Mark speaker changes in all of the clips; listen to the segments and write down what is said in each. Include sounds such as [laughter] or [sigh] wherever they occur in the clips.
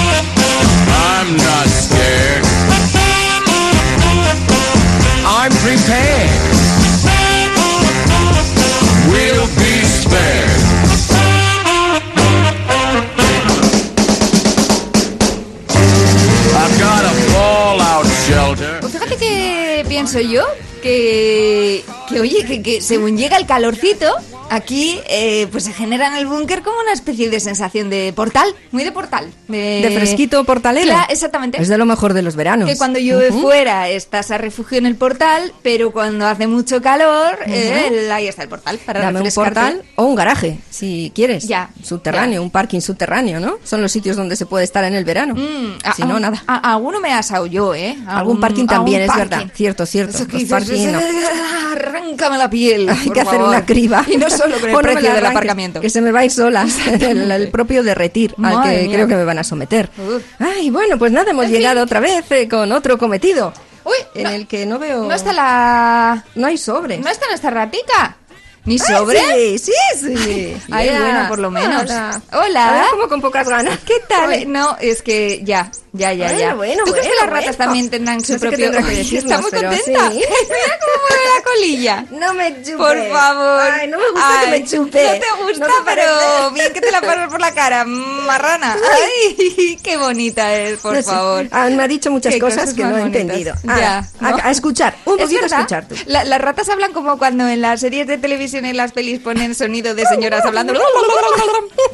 Speaker 1: I'm not scared. I'm prepared. We'll be spared. I've got a fallout shelter.
Speaker 2: Pues fíjate que pienso yo que, que oye, que, que según llega el calorcito, aquí eh, pues se genera en el búnker como una especie de sensación de portal, muy de portal. De,
Speaker 3: De fresquito portalero.
Speaker 2: Eh, Cla- exactamente.
Speaker 3: Es de lo mejor de los veranos.
Speaker 2: Que cuando llueve
Speaker 3: Ujú.
Speaker 2: fuera estás a refugio en el portal, pero cuando hace mucho calor, eh, ahí está el portal para
Speaker 3: Dame un
Speaker 2: refrescarte.
Speaker 3: portal o un garaje, si quieres.
Speaker 2: Ya,
Speaker 3: Subterráneo,
Speaker 2: ya.
Speaker 3: un parking subterráneo, ¿no? Son los sitios donde se puede estar en el verano.
Speaker 2: Mm, a-
Speaker 3: si no,
Speaker 2: a-
Speaker 3: nada.
Speaker 2: a- alguno me ha asado yo, ¿eh?
Speaker 3: Algún parking también, es verdad. Cierto, cierto.
Speaker 2: Eso que
Speaker 3: Los
Speaker 2: dices,
Speaker 3: parking, no.
Speaker 2: [laughs] Arráncame la piel.
Speaker 3: Hay
Speaker 2: por
Speaker 3: que hacer
Speaker 2: favor.
Speaker 3: una criba.
Speaker 2: [laughs] Y no solo
Speaker 3: [laughs]
Speaker 2: con el
Speaker 3: O no me la
Speaker 2: precio del
Speaker 3: arranques,
Speaker 2: aparcamiento.
Speaker 3: Que se me va a ir sola. [laughs] El, el propio derretir al
Speaker 2: Madre
Speaker 3: que
Speaker 2: mía.
Speaker 3: creo que me van a someter.
Speaker 2: Uf.
Speaker 3: Ay, bueno, pues nada, hemos
Speaker 2: En fin.
Speaker 3: llegado otra vez eh, con otro cometido.
Speaker 2: Uy,
Speaker 3: en
Speaker 2: no-
Speaker 3: el que no veo.
Speaker 2: No está la.
Speaker 3: No hay sobres.
Speaker 2: No está nuestra ratica. ¿Ni
Speaker 3: Ah,
Speaker 2: sobre?
Speaker 3: Sí, sí, sí.
Speaker 2: Ay,
Speaker 3: Bien,
Speaker 2: Ah, bueno, por lo menos. Hola.
Speaker 3: Ahora como con pocas ganas. ¿Qué tal?
Speaker 2: Ay, no, es que ya, ya, ya,
Speaker 3: Bueno,
Speaker 2: ya.
Speaker 3: bueno,
Speaker 2: ¿Tú crees que las
Speaker 3: bueno,
Speaker 2: ratas
Speaker 3: bueno.
Speaker 2: también tendrán
Speaker 3: No
Speaker 2: su
Speaker 3: sé qué
Speaker 2: propio
Speaker 3: tendrá
Speaker 2: [laughs]
Speaker 3: que
Speaker 2: Ay,
Speaker 3: decirnos,
Speaker 2: Está muy
Speaker 3: pero
Speaker 2: contenta. [laughs]
Speaker 3: sí.
Speaker 2: Mira cómo mueve la colilla.
Speaker 3: [laughs] No me chupes.
Speaker 2: Por favor.
Speaker 3: Ay, no me gusta que
Speaker 2: Ay,
Speaker 3: me chupe.
Speaker 2: No te gusta,
Speaker 3: No te
Speaker 2: pero
Speaker 3: parece.
Speaker 2: bien que te la pasas por la cara, mm,
Speaker 3: [laughs]
Speaker 2: marrana. Ay, [laughs] qué bonita es, por
Speaker 3: No sé.
Speaker 2: favor.
Speaker 3: Ah, me ha dicho muchas
Speaker 2: Qué
Speaker 3: cosas, que
Speaker 2: más
Speaker 3: no he
Speaker 2: bonitas.
Speaker 3: entendido.
Speaker 2: Ya,
Speaker 3: Ah, a-
Speaker 2: ¿no?
Speaker 3: a, escuchar, un
Speaker 2: Es
Speaker 3: poquito a
Speaker 2: verdad.
Speaker 3: escuchar tú.
Speaker 2: La- las ratas hablan como cuando en las series de televisión y en las pelis ponen sonido de
Speaker 3: [laughs]
Speaker 2: señoras hablando.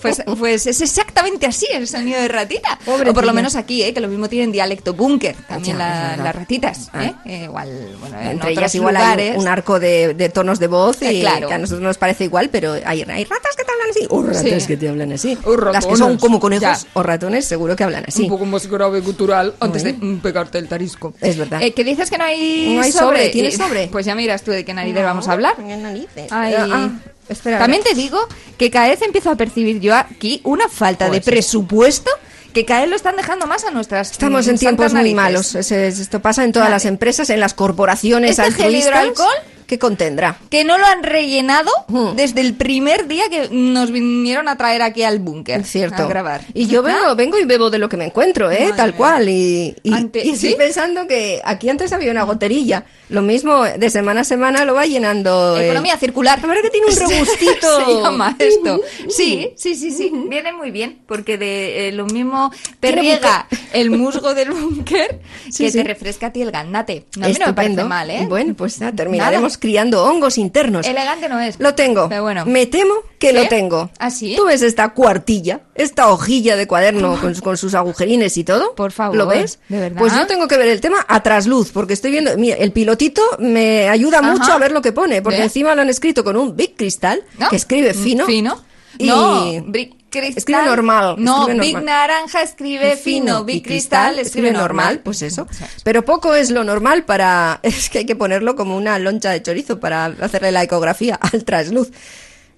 Speaker 2: Pues, pues es exactamente así el sonido de ratita.
Speaker 3: Pobrecilla.
Speaker 2: O por lo menos aquí, ¿eh? que lo mismo tienen dialecto búnker también
Speaker 3: Ya,
Speaker 2: la-
Speaker 3: es verdad.
Speaker 2: las ratitas.
Speaker 3: Ah.
Speaker 2: ¿eh? Eh, igual, bueno, en
Speaker 3: Entre
Speaker 2: otros
Speaker 3: ellas igual
Speaker 2: lugares.
Speaker 3: hay un arco de, de tonos de voz y
Speaker 2: Eh, claro.
Speaker 3: que a nosotros nos parece igual, pero hay, hay ratas que te hablan así, o ratas
Speaker 2: Sí.
Speaker 3: que te hablan así.
Speaker 4: O
Speaker 3: Las que
Speaker 4: ratones.
Speaker 3: son como conejos
Speaker 2: Ya.
Speaker 3: o ratones seguro que hablan así.
Speaker 4: un poco más grave cultural antes
Speaker 3: Bueno.
Speaker 4: de mm, pegarte el tarisco.
Speaker 3: Es verdad.
Speaker 2: Eh, que dices que no hay,
Speaker 3: No hay sobre, ¿tienes
Speaker 2: Eh,
Speaker 3: sobre?
Speaker 2: Pues ya miras tú de qué narices vamos a hablar.
Speaker 3: No, narices.
Speaker 2: Ay.
Speaker 3: Ah, espera.
Speaker 2: También te digo que cada vez empiezo a percibir yo aquí una falta de
Speaker 3: Pues sí.
Speaker 2: presupuesto que cada vez lo están dejando más a nuestras
Speaker 3: Estamos
Speaker 2: mm,
Speaker 3: en tiempos
Speaker 2: santas
Speaker 3: muy
Speaker 2: narices.
Speaker 3: malos. Es- es- esto pasa en todas
Speaker 2: Vale.
Speaker 3: las empresas, en las corporaciones
Speaker 2: ¿Este gel
Speaker 3: altruistas.
Speaker 2: hidroalcohol?
Speaker 3: ¿Qué contendrá?
Speaker 2: Que no lo han rellenado
Speaker 3: Hmm.
Speaker 2: desde el primer día que nos vinieron a traer aquí al búnker.
Speaker 3: Cierto.
Speaker 2: A grabar. ¿Ah?
Speaker 3: Y yo vengo, vengo y bebo de lo que me encuentro, ¿eh?
Speaker 2: Madre
Speaker 3: Tal
Speaker 2: mía.
Speaker 3: cual. Y, y-
Speaker 2: Ante-
Speaker 3: y estoy
Speaker 2: ¿sí?
Speaker 3: pensando que aquí antes había una goterilla. Lo mismo de semana a semana lo va llenando. eh,
Speaker 2: Economía circular.
Speaker 3: La verdad que tiene un
Speaker 2: [laughs] Se
Speaker 3: robustito. [laughs]
Speaker 2: llama esto. Sí, sí, sí, sí. Viene muy bien, porque de eh, lo mismo te
Speaker 3: Tiene
Speaker 2: riega el musgo del búnker
Speaker 3: [laughs] Sí,
Speaker 2: que
Speaker 3: sí.
Speaker 2: te refresca a ti el gaznate. No, a mí no me parece
Speaker 3: Estupendo.
Speaker 2: mal, ¿eh?
Speaker 3: Bueno, pues ya terminaremos
Speaker 2: Nada.
Speaker 3: criando hongos internos.
Speaker 2: Elegante no es.
Speaker 3: Lo tengo.
Speaker 2: Pero bueno.
Speaker 3: Me temo que
Speaker 2: ¿Sí?
Speaker 3: lo tengo.
Speaker 2: ¿Ah, sí?
Speaker 3: ¿Tú ves esta cuartilla? Esta hojilla de cuaderno con, con sus agujerines y todo.
Speaker 2: Por favor,
Speaker 3: ¿Lo ves?
Speaker 2: ¿de verdad?
Speaker 3: Pues yo tengo que ver el tema a trasluz, porque estoy viendo. Mira, el pilotito me ayuda
Speaker 2: Ajá.
Speaker 3: mucho a ver lo que pone, porque
Speaker 2: ¿Ves?
Speaker 3: encima lo han escrito con un big cristal
Speaker 2: ¿No? Mm,
Speaker 3: que escribe fino.
Speaker 2: Fino.
Speaker 3: Y-
Speaker 2: No, Big Cristal.
Speaker 3: Escribe normal.
Speaker 2: No,
Speaker 3: escribe
Speaker 2: Big
Speaker 3: normal.
Speaker 2: Naranja escribe fino. Big
Speaker 3: y
Speaker 2: Cristal escribe normal.
Speaker 3: pues eso.
Speaker 2: Sí.
Speaker 3: Pero poco es lo normal para... [laughs] Es que hay que ponerlo como una loncha de chorizo para hacerle la ecografía [laughs] al trasluz.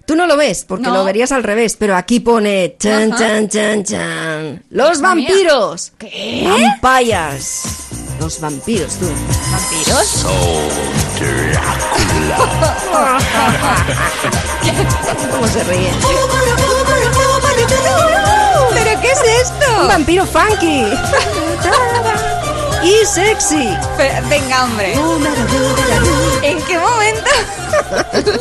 Speaker 3: Tú no lo ves, porque
Speaker 2: No.
Speaker 3: lo verías al revés, pero aquí pone... Chan,
Speaker 2: Ajá.
Speaker 3: chan, chan, chan. ¡Los
Speaker 2: Hija mía.
Speaker 3: vampiros!
Speaker 2: ¿Qué?
Speaker 3: ¡Vampayas! Los vampiros,
Speaker 2: [laughs]
Speaker 3: tú.
Speaker 2: ¿Vampiros?
Speaker 3: ¿Cómo se ríe?
Speaker 2: ¿Pero qué es
Speaker 3: ¡Un
Speaker 2: esto? [laughs]
Speaker 3: vampiro funky! y sexy.
Speaker 2: Fe- Venga, hombre. ¿En qué momento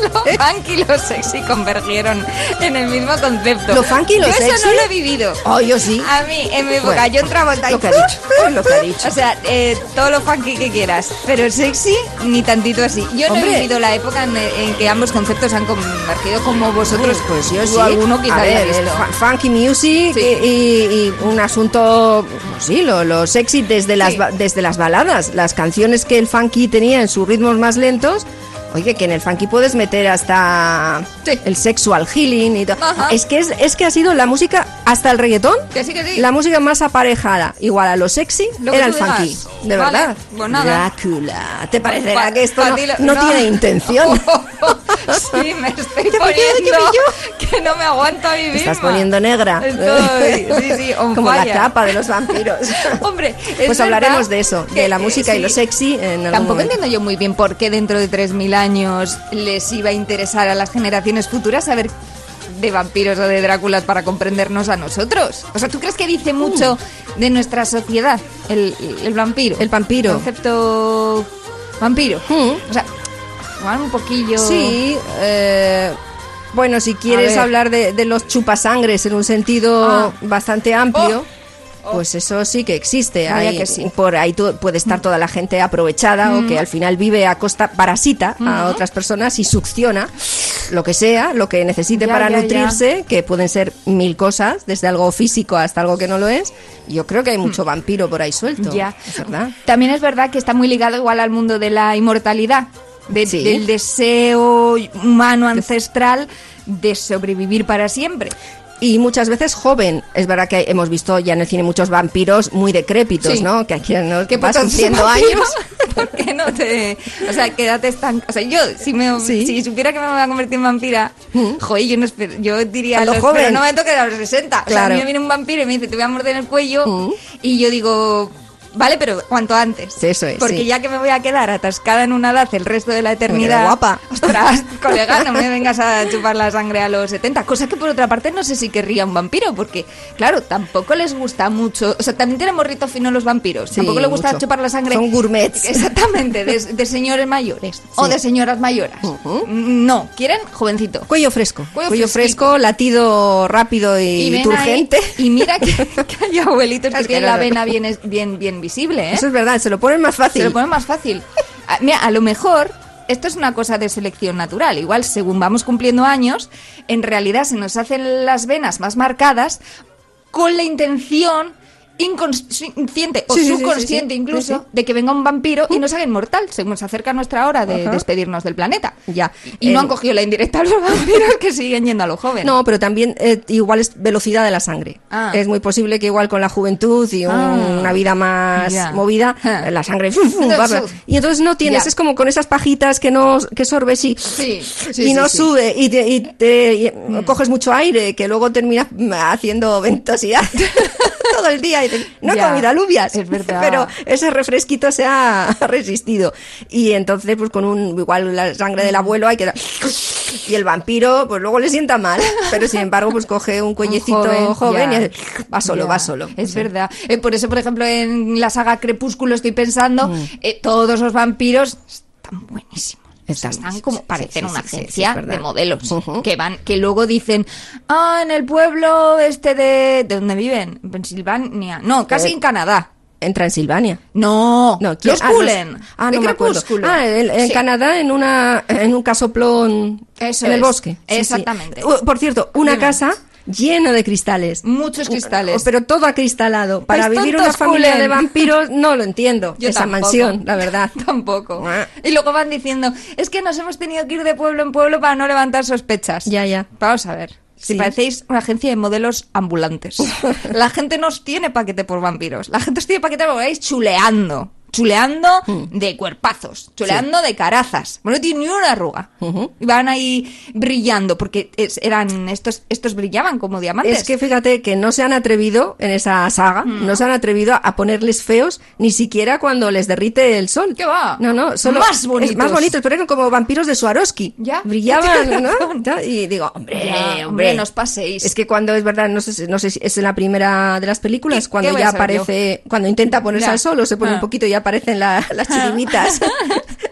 Speaker 2: [laughs] lo
Speaker 3: ¿Eh?
Speaker 2: funky y lo sexy convergieron en el mismo concepto?
Speaker 3: ¿Lo funky y lo
Speaker 2: Yo
Speaker 3: sexy?
Speaker 2: Eso no lo he vivido. Ah,
Speaker 3: Oh, yo sí.
Speaker 2: A mí, en mi época,
Speaker 3: Bueno,
Speaker 2: yo entraba en
Speaker 3: lo que ha dicho, es lo que ha dicho.
Speaker 2: O sea, eh, todo lo funky que quieras, pero sexy ni tantito así. Yo no
Speaker 3: Hombre.
Speaker 2: he vivido la época en, en que ambos conceptos han convergido como vosotros.
Speaker 3: pues yo
Speaker 2: Tú
Speaker 3: sí.
Speaker 2: alguno quizá
Speaker 3: A
Speaker 2: haya
Speaker 3: ver, el
Speaker 2: visto.
Speaker 3: fu- funky music
Speaker 2: Sí.
Speaker 3: y, y- y un asunto, pues sí, lo, lo sexy desde las,
Speaker 2: Sí.
Speaker 3: ba- desde las baladas, las canciones que el funky tenía en sus ritmos más lentos. Oye, que en el funky puedes meter hasta
Speaker 2: Sí.
Speaker 3: el sexual healing y todo.
Speaker 2: Ajá.
Speaker 3: Es que, es, es que ha sido la música, hasta el reggaetón,
Speaker 2: Que sí, que sí.
Speaker 3: la música más aparejada, igual a lo sexy,
Speaker 2: Lo que
Speaker 3: era el
Speaker 2: tú
Speaker 3: funky.
Speaker 2: digas.
Speaker 3: De
Speaker 2: Vale,
Speaker 3: verdad.
Speaker 2: pues nada. Pues,
Speaker 3: Drácula. ¿Te parecerá
Speaker 2: Pa-
Speaker 3: que esto
Speaker 2: pa
Speaker 3: no,
Speaker 2: ti lo-
Speaker 3: no
Speaker 2: [laughs]
Speaker 3: tiene intención?
Speaker 2: Oh, sí, me estoy
Speaker 3: ¿Te parece que
Speaker 2: poniendo
Speaker 3: me
Speaker 2: que no me aguanto a mí misma.
Speaker 3: Te estás poniendo negra.
Speaker 2: Estoy, sí,
Speaker 3: [laughs]
Speaker 2: sí, on
Speaker 3: Como la
Speaker 2: fire.
Speaker 3: capa de los vampiros.
Speaker 2: Hombre, [laughs] es
Speaker 3: pues
Speaker 2: verdad
Speaker 3: hablaremos de eso,
Speaker 2: que,
Speaker 3: de la
Speaker 2: eh,
Speaker 3: música y
Speaker 2: sí.
Speaker 3: lo sexy en algún
Speaker 2: Tampoco
Speaker 3: momento.
Speaker 2: entiendo yo muy bien por qué dentro de 3.000 años les iba a interesar a las generaciones futuras saber de vampiros o de Dráculas para comprendernos a nosotros. O sea, ¿tú crees que dice mucho de nuestra sociedad el, el vampiro?
Speaker 3: Mm. El vampiro.
Speaker 2: concepto vampiro.
Speaker 3: Mm.
Speaker 2: O sea, igual un poquillo...
Speaker 3: Sí, eh, bueno, si quieres
Speaker 2: ver.
Speaker 3: hablar de, de los chupasangres en un sentido
Speaker 2: Ah. Oh.
Speaker 3: bastante amplio. Pues eso sí que existe.
Speaker 2: Vaya
Speaker 3: Ahí-
Speaker 2: que sí. Mm.
Speaker 3: Por ahí tú- puede estar toda la gente aprovechada o que al final vive a costa, parasita
Speaker 2: Mm.
Speaker 3: a otras personas y succiona lo que sea, lo que necesite
Speaker 2: Ya,
Speaker 3: para
Speaker 2: ya, ya.
Speaker 3: nutrirse, que pueden ser mil cosas, desde algo físico hasta algo que no lo es. Yo creo que hay mucho vampiro por ahí suelto.
Speaker 2: Hmm. Ya.
Speaker 3: es ¿Verdad?
Speaker 2: También es verdad que está muy ligado igual al mundo de la inmortalidad, de-
Speaker 3: Sí.
Speaker 2: del deseo humano ancestral de sobrevivir para siempre.
Speaker 3: Y muchas veces joven. Es verdad que hemos visto ya en el cine muchos vampiros muy decrépitos,
Speaker 2: Sí.
Speaker 3: ¿no? Que aquí no
Speaker 2: ¿Qué
Speaker 3: pasan
Speaker 2: pasan
Speaker 3: 100 años.
Speaker 2: [laughs] ¿Por qué no te.? O sea, quédate tan. O sea, yo, si, me,
Speaker 3: Sí.
Speaker 2: si supiera que me voy a convertir en vampira, joder, yo, no esper- yo diría.
Speaker 3: Cuando
Speaker 2: "Lo
Speaker 3: joven".
Speaker 2: espero, no me toques a los 60. O sea, a
Speaker 3: Claro.
Speaker 2: mí me viene un vampiro y me dice, te voy a morder el cuello.
Speaker 3: Mm.
Speaker 2: Y yo digo. Vale, pero cuanto antes.
Speaker 3: Sí, eso es,
Speaker 2: Porque
Speaker 3: sí.
Speaker 2: ya que me voy a quedar atascada en una edad el resto de la eternidad.
Speaker 3: quedo guapa.
Speaker 2: [laughs] Ostras, colega, no me vengas a chupar la sangre a los 70. Cosa que por otra parte no sé si querría un vampiro, porque, claro, tampoco les gusta mucho. O sea, también tenemos rito fino los vampiros.
Speaker 3: Sí,
Speaker 2: Tampoco le gusta
Speaker 3: mucho.
Speaker 2: chupar la sangre.
Speaker 3: Son
Speaker 2: [laughs]
Speaker 3: gourmets.
Speaker 2: Exactamente, de, de señores mayores o de señoras mayores.
Speaker 3: Ujú.
Speaker 2: No, quieren jovencito.
Speaker 3: Cuello fresco.
Speaker 2: Cuello
Speaker 3: Cuello,
Speaker 2: fresquito.
Speaker 3: fresco, latido rápido y,
Speaker 2: ven
Speaker 3: turgente.
Speaker 2: ahí, y mira
Speaker 3: [laughs]
Speaker 2: que, que [laughs] hay abuelitos que
Speaker 3: Es que
Speaker 2: tienen
Speaker 3: no,
Speaker 2: la
Speaker 3: no.
Speaker 2: vena bien, es- bien, bien visible, ¿eh?
Speaker 3: Eso es verdad, se lo ponen más fácil.
Speaker 2: Se lo pone más fácil. A- Mira, a lo mejor esto es una cosa de selección natural. Igual, según vamos cumpliendo años, en realidad se nos hacen las venas más marcadas con la intención inconsciente o
Speaker 3: Sí, sí, sí, sí,
Speaker 2: subconsciente
Speaker 3: sí.
Speaker 2: incluso
Speaker 3: Sí, Uh. sí.
Speaker 2: de que venga un vampiro y nos haga inmortal según se acerca nuestra hora de despedirnos del planeta
Speaker 3: Ya.
Speaker 2: y no
Speaker 3: Eh,
Speaker 2: han cogido la indirecta a los vampiros que siguen yendo a lo joven
Speaker 3: No, pero también eh, igual es velocidad de la sangre.
Speaker 2: Ah.
Speaker 3: Es muy posible que igual con la juventud y un-
Speaker 2: Ah.
Speaker 3: una vida más
Speaker 2: Ya.
Speaker 3: movida,
Speaker 2: Ah.
Speaker 3: la sangre fum, fum, va, va. y entonces no tienes,
Speaker 2: Ya.
Speaker 3: es como con esas pajitas que no que sorbes y,
Speaker 2: Sí, sí,
Speaker 3: y
Speaker 2: sí,
Speaker 3: no
Speaker 2: sí. Mm.
Speaker 3: sube y, te- y te- y, coges mucho aire que luego terminas mm,
Speaker 2: [laughs]
Speaker 3: haciendo ventosidad [laughs] todo el día y te- no he
Speaker 2: Ya.
Speaker 3: comido alubias, [laughs]
Speaker 2: Es verdad.
Speaker 3: pero ese refresquito se ha [laughs] resistido y entonces pues con un igual la sangre del abuelo hay que dar- y el vampiro pues luego le sienta mal pero sin embargo pues coge
Speaker 2: [laughs]
Speaker 3: un
Speaker 2: Un
Speaker 3: cuellecito
Speaker 2: joven,
Speaker 3: joven, y
Speaker 2: ya.
Speaker 3: hace, va solo
Speaker 2: Ya,
Speaker 3: va solo Pues,
Speaker 2: Es verdad. Eh, por eso, por ejemplo, en la saga Crepúsculo estoy pensando,
Speaker 3: Mm.
Speaker 2: eh, todos los vampiros están buenísimos.
Speaker 3: Están
Speaker 2: Están
Speaker 3: buenísimos.
Speaker 2: como
Speaker 3: Sí,
Speaker 2: parecen
Speaker 3: sí,
Speaker 2: una
Speaker 3: sí, sí, sí,
Speaker 2: agencia
Speaker 3: es verdad.
Speaker 2: de modelos
Speaker 3: Ujú.
Speaker 2: que van que luego dicen ah en el pueblo este de de dónde viven en Pensilvania no casi
Speaker 3: Eh,
Speaker 2: en Canadá
Speaker 3: en Transilvania
Speaker 2: no,
Speaker 3: No, ¿quién?
Speaker 2: los
Speaker 3: Ah,
Speaker 2: Cullen
Speaker 3: Ah,
Speaker 2: de
Speaker 3: no me acuerdo.
Speaker 2: Crepúsculo.
Speaker 3: Ah, en, en
Speaker 2: Sí.
Speaker 3: Canadá, en una en un casoplón
Speaker 2: Eso
Speaker 3: en el
Speaker 2: es.
Speaker 3: bosque. Sí, sí.
Speaker 2: Exactamente.
Speaker 3: Uh, Por cierto, una
Speaker 2: Dime.
Speaker 3: casa llena de cristales.
Speaker 2: muchos cristales
Speaker 3: Oh, Pero todo acristalado. Para
Speaker 2: Pues
Speaker 3: vivir una
Speaker 2: tontos,
Speaker 3: familia
Speaker 2: Cullen.
Speaker 3: de vampiros [laughs] no lo entiendo.
Speaker 2: Yo
Speaker 3: esa
Speaker 2: tampoco.
Speaker 3: mansión,
Speaker 2: [laughs]
Speaker 3: la verdad. Ah.
Speaker 2: Tampoco.
Speaker 3: Buah.
Speaker 2: Y luego van diciendo, es que nos hemos tenido que ir de pueblo en pueblo para no levantar sospechas.
Speaker 3: Ya, ya.
Speaker 2: Vamos a ver. Si
Speaker 3: Sí.
Speaker 2: parecéis una agencia de modelos
Speaker 3: [laughs]
Speaker 2: ambulantes. La gente no os tiene paquete por vampiros. La gente os tiene paquete por vais chuleando. chuleando
Speaker 3: Mm.
Speaker 2: de cuerpazos, chuleando de carazas. Bueno, no tiene ni una arruga. Y van ahí brillando, porque es- eran estos, estos brillaban como diamantes.
Speaker 3: Es que fíjate que no se han atrevido en esa saga,
Speaker 2: Mm.
Speaker 3: no se han atrevido a ponerles feos ni siquiera cuando les derrite el sol.
Speaker 2: ¿Qué va?
Speaker 3: No, no, solo
Speaker 2: Más
Speaker 3: es-
Speaker 2: bonitos.
Speaker 3: más bonitos, pero eran como vampiros de Swarovski.
Speaker 2: Ya. [laughs]
Speaker 3: Brillaban, ¿no? Ya, Y digo,
Speaker 2: Ya,
Speaker 3: hombre,
Speaker 2: hombre,
Speaker 3: hombre,
Speaker 2: no os paséis.
Speaker 3: Es que cuando es verdad, no sé, si- no sé si es en la primera de las
Speaker 2: ¿Qué-
Speaker 3: películas
Speaker 2: qué
Speaker 3: cuando
Speaker 2: voy
Speaker 3: ya
Speaker 2: a saber yo?
Speaker 3: aparece, cuando intenta ponerse
Speaker 2: Ya.
Speaker 3: al sol o se pone
Speaker 2: Ah.
Speaker 3: un poquito y aparecen la-
Speaker 2: [laughs]
Speaker 3: las chiribitas.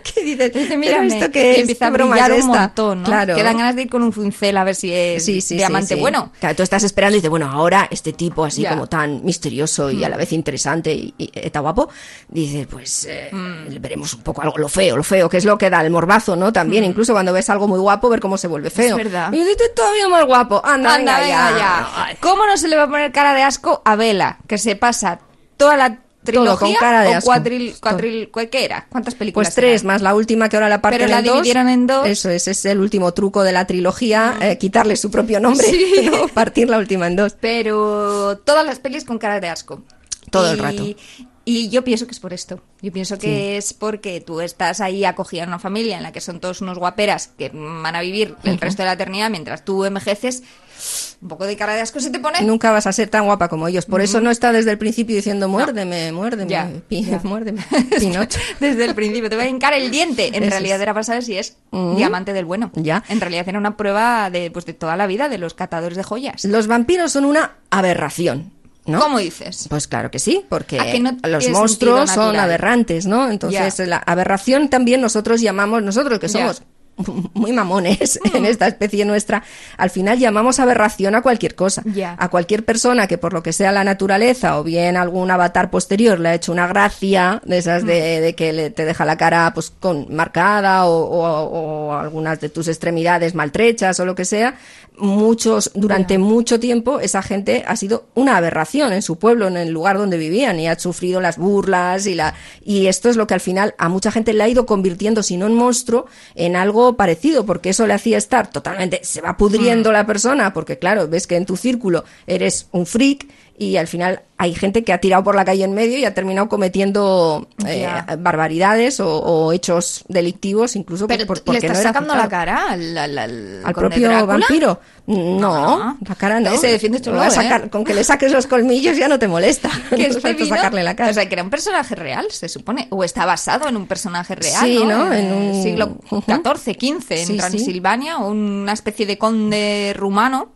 Speaker 3: ¿Qué dices?
Speaker 2: Dice,
Speaker 3: "¿Pero
Speaker 2: mírame,
Speaker 3: esto qué es?
Speaker 2: y empieza
Speaker 3: ¿Qué
Speaker 2: a
Speaker 3: broma
Speaker 2: brillar
Speaker 3: es
Speaker 2: un
Speaker 3: esta?".
Speaker 2: montón, ¿no?
Speaker 3: Claro.
Speaker 2: Que dan ganas de ir con un cincel a ver si es
Speaker 3: Sí, sí,
Speaker 2: diamante
Speaker 3: sí, sí.
Speaker 2: bueno.
Speaker 3: Claro, tú estás esperando y dices, bueno, ahora este tipo así
Speaker 4: Ya.
Speaker 3: como tan misterioso y a
Speaker 2: Mm.
Speaker 3: la vez interesante y, y está guapo, dices, pues eh,
Speaker 2: Mm.
Speaker 3: veremos un poco algo, lo feo, lo feo, que es lo que da el morbazo, ¿no? También, incluso cuando ves algo muy guapo, ver cómo se vuelve feo.
Speaker 2: Mm. verdad.
Speaker 3: Y dices, "Tú todavía más guapo, anda,
Speaker 2: Anda,
Speaker 3: venga,
Speaker 2: venga
Speaker 3: ya.
Speaker 2: ya. ¿Cómo no se le va a poner cara de asco a Vela, que se pasa toda la trilogía
Speaker 3: con cara de
Speaker 2: o
Speaker 3: asco.
Speaker 2: cuatril, cuatril, ¿cuál- ¿qué era? ¿Cuántas películas?
Speaker 3: Pues tres,
Speaker 2: eran?
Speaker 3: más la última que ahora la parten
Speaker 2: Pero la
Speaker 3: en dos.
Speaker 2: dividieron en dos. Mm.
Speaker 3: Eso es, es el último truco de la trilogía, eh, quitarle su propio nombre, [laughs]
Speaker 2: Sí.
Speaker 3: ¿no? partir la última en dos.
Speaker 2: Pero todas las pelis con cara de asco.
Speaker 3: Todo el
Speaker 2: Y-
Speaker 3: rato.
Speaker 2: Y yo pienso que es por esto. Yo pienso que es porque tú estás ahí acogida en una familia en la que son todos unos guaperas que van a vivir el resto de la eternidad mientras tú envejeces. Un poco de cara de asco se te pone.
Speaker 3: [laughs] Nunca vas a ser tan guapa como ellos. Por eso no está desde el principio diciendo muérdeme, muérdeme,
Speaker 2: Ya,
Speaker 3: pi-
Speaker 2: ya. [laughs]
Speaker 3: muérdeme, Pinocho.
Speaker 2: Desde el principio te va a hincar el diente. En
Speaker 3: Eso
Speaker 2: realidad
Speaker 3: es.
Speaker 2: era para saber si es
Speaker 3: Mm.
Speaker 2: diamante del bueno.
Speaker 3: Ya.
Speaker 2: En realidad era una prueba de, pues, de toda la vida de los catadores de joyas.
Speaker 3: Los vampiros son una aberración, ¿no?
Speaker 2: ¿Cómo dices?
Speaker 3: Pues claro que sí, porque
Speaker 2: ¿A que no
Speaker 3: los
Speaker 2: tiene
Speaker 3: monstruos
Speaker 2: sentido
Speaker 3: son
Speaker 2: natural?
Speaker 3: aberrantes, ¿no? Entonces
Speaker 2: Ya.
Speaker 3: la aberración también nosotros llamamos, nosotros que
Speaker 2: Ya.
Speaker 3: somos [laughs] muy
Speaker 2: [laughs]
Speaker 3: mamones en esta especie nuestra, al final llamamos aberración a cualquier cosa,
Speaker 2: Ya.
Speaker 3: a cualquier persona que por lo que sea la naturaleza o bien algún avatar posterior le ha hecho una gracia de esas de, de que le- te deja la cara pues con marcada o, o- o algunas de tus extremidades maltrechas o lo que sea, muchos durante mucho tiempo esa gente ha sido una aberración en su pueblo, en el lugar donde vivían y ha sufrido las burlas y la y esto es lo que al final a mucha gente le ha ido convirtiendo si no en monstruo en algo parecido porque eso le hacía estar totalmente se va pudriendo
Speaker 2: Mm.
Speaker 3: la persona porque claro, ves que en tu círculo eres un freak y al final hay gente que ha tirado por la calle en medio y ha terminado cometiendo eh,
Speaker 2: Ya.
Speaker 3: barbaridades o, o hechos delictivos incluso
Speaker 2: Pero
Speaker 3: por-
Speaker 2: t- le
Speaker 3: porque
Speaker 2: estás
Speaker 3: no era
Speaker 2: sacando la
Speaker 3: aceptado
Speaker 2: cara al, al, al-
Speaker 3: al
Speaker 2: conde
Speaker 3: propio
Speaker 2: Eh, Drácula.
Speaker 3: vampiro. No,
Speaker 2: No.
Speaker 3: la cara no.
Speaker 2: Se defiende
Speaker 3: Lo
Speaker 2: solo,
Speaker 3: vas a
Speaker 2: ¿eh?
Speaker 3: sacar- Con que le saques los colmillos ya no
Speaker 2: [laughs]
Speaker 3: te molesta.
Speaker 2: [laughs]
Speaker 3: [laughs]
Speaker 2: Que
Speaker 3: No
Speaker 2: este
Speaker 3: falta
Speaker 2: vino-
Speaker 3: sacarle la cara.
Speaker 2: O sea, que era un personaje real, se supone. O está basado en un personaje real.
Speaker 3: Sí,
Speaker 2: ¿no?
Speaker 3: ¿no? En
Speaker 2: Eh,
Speaker 3: un-
Speaker 2: siglo
Speaker 3: Ujú.
Speaker 2: XIV, XV, en
Speaker 3: Sí, sí.
Speaker 2: Transilvania, o una especie de conde rumano.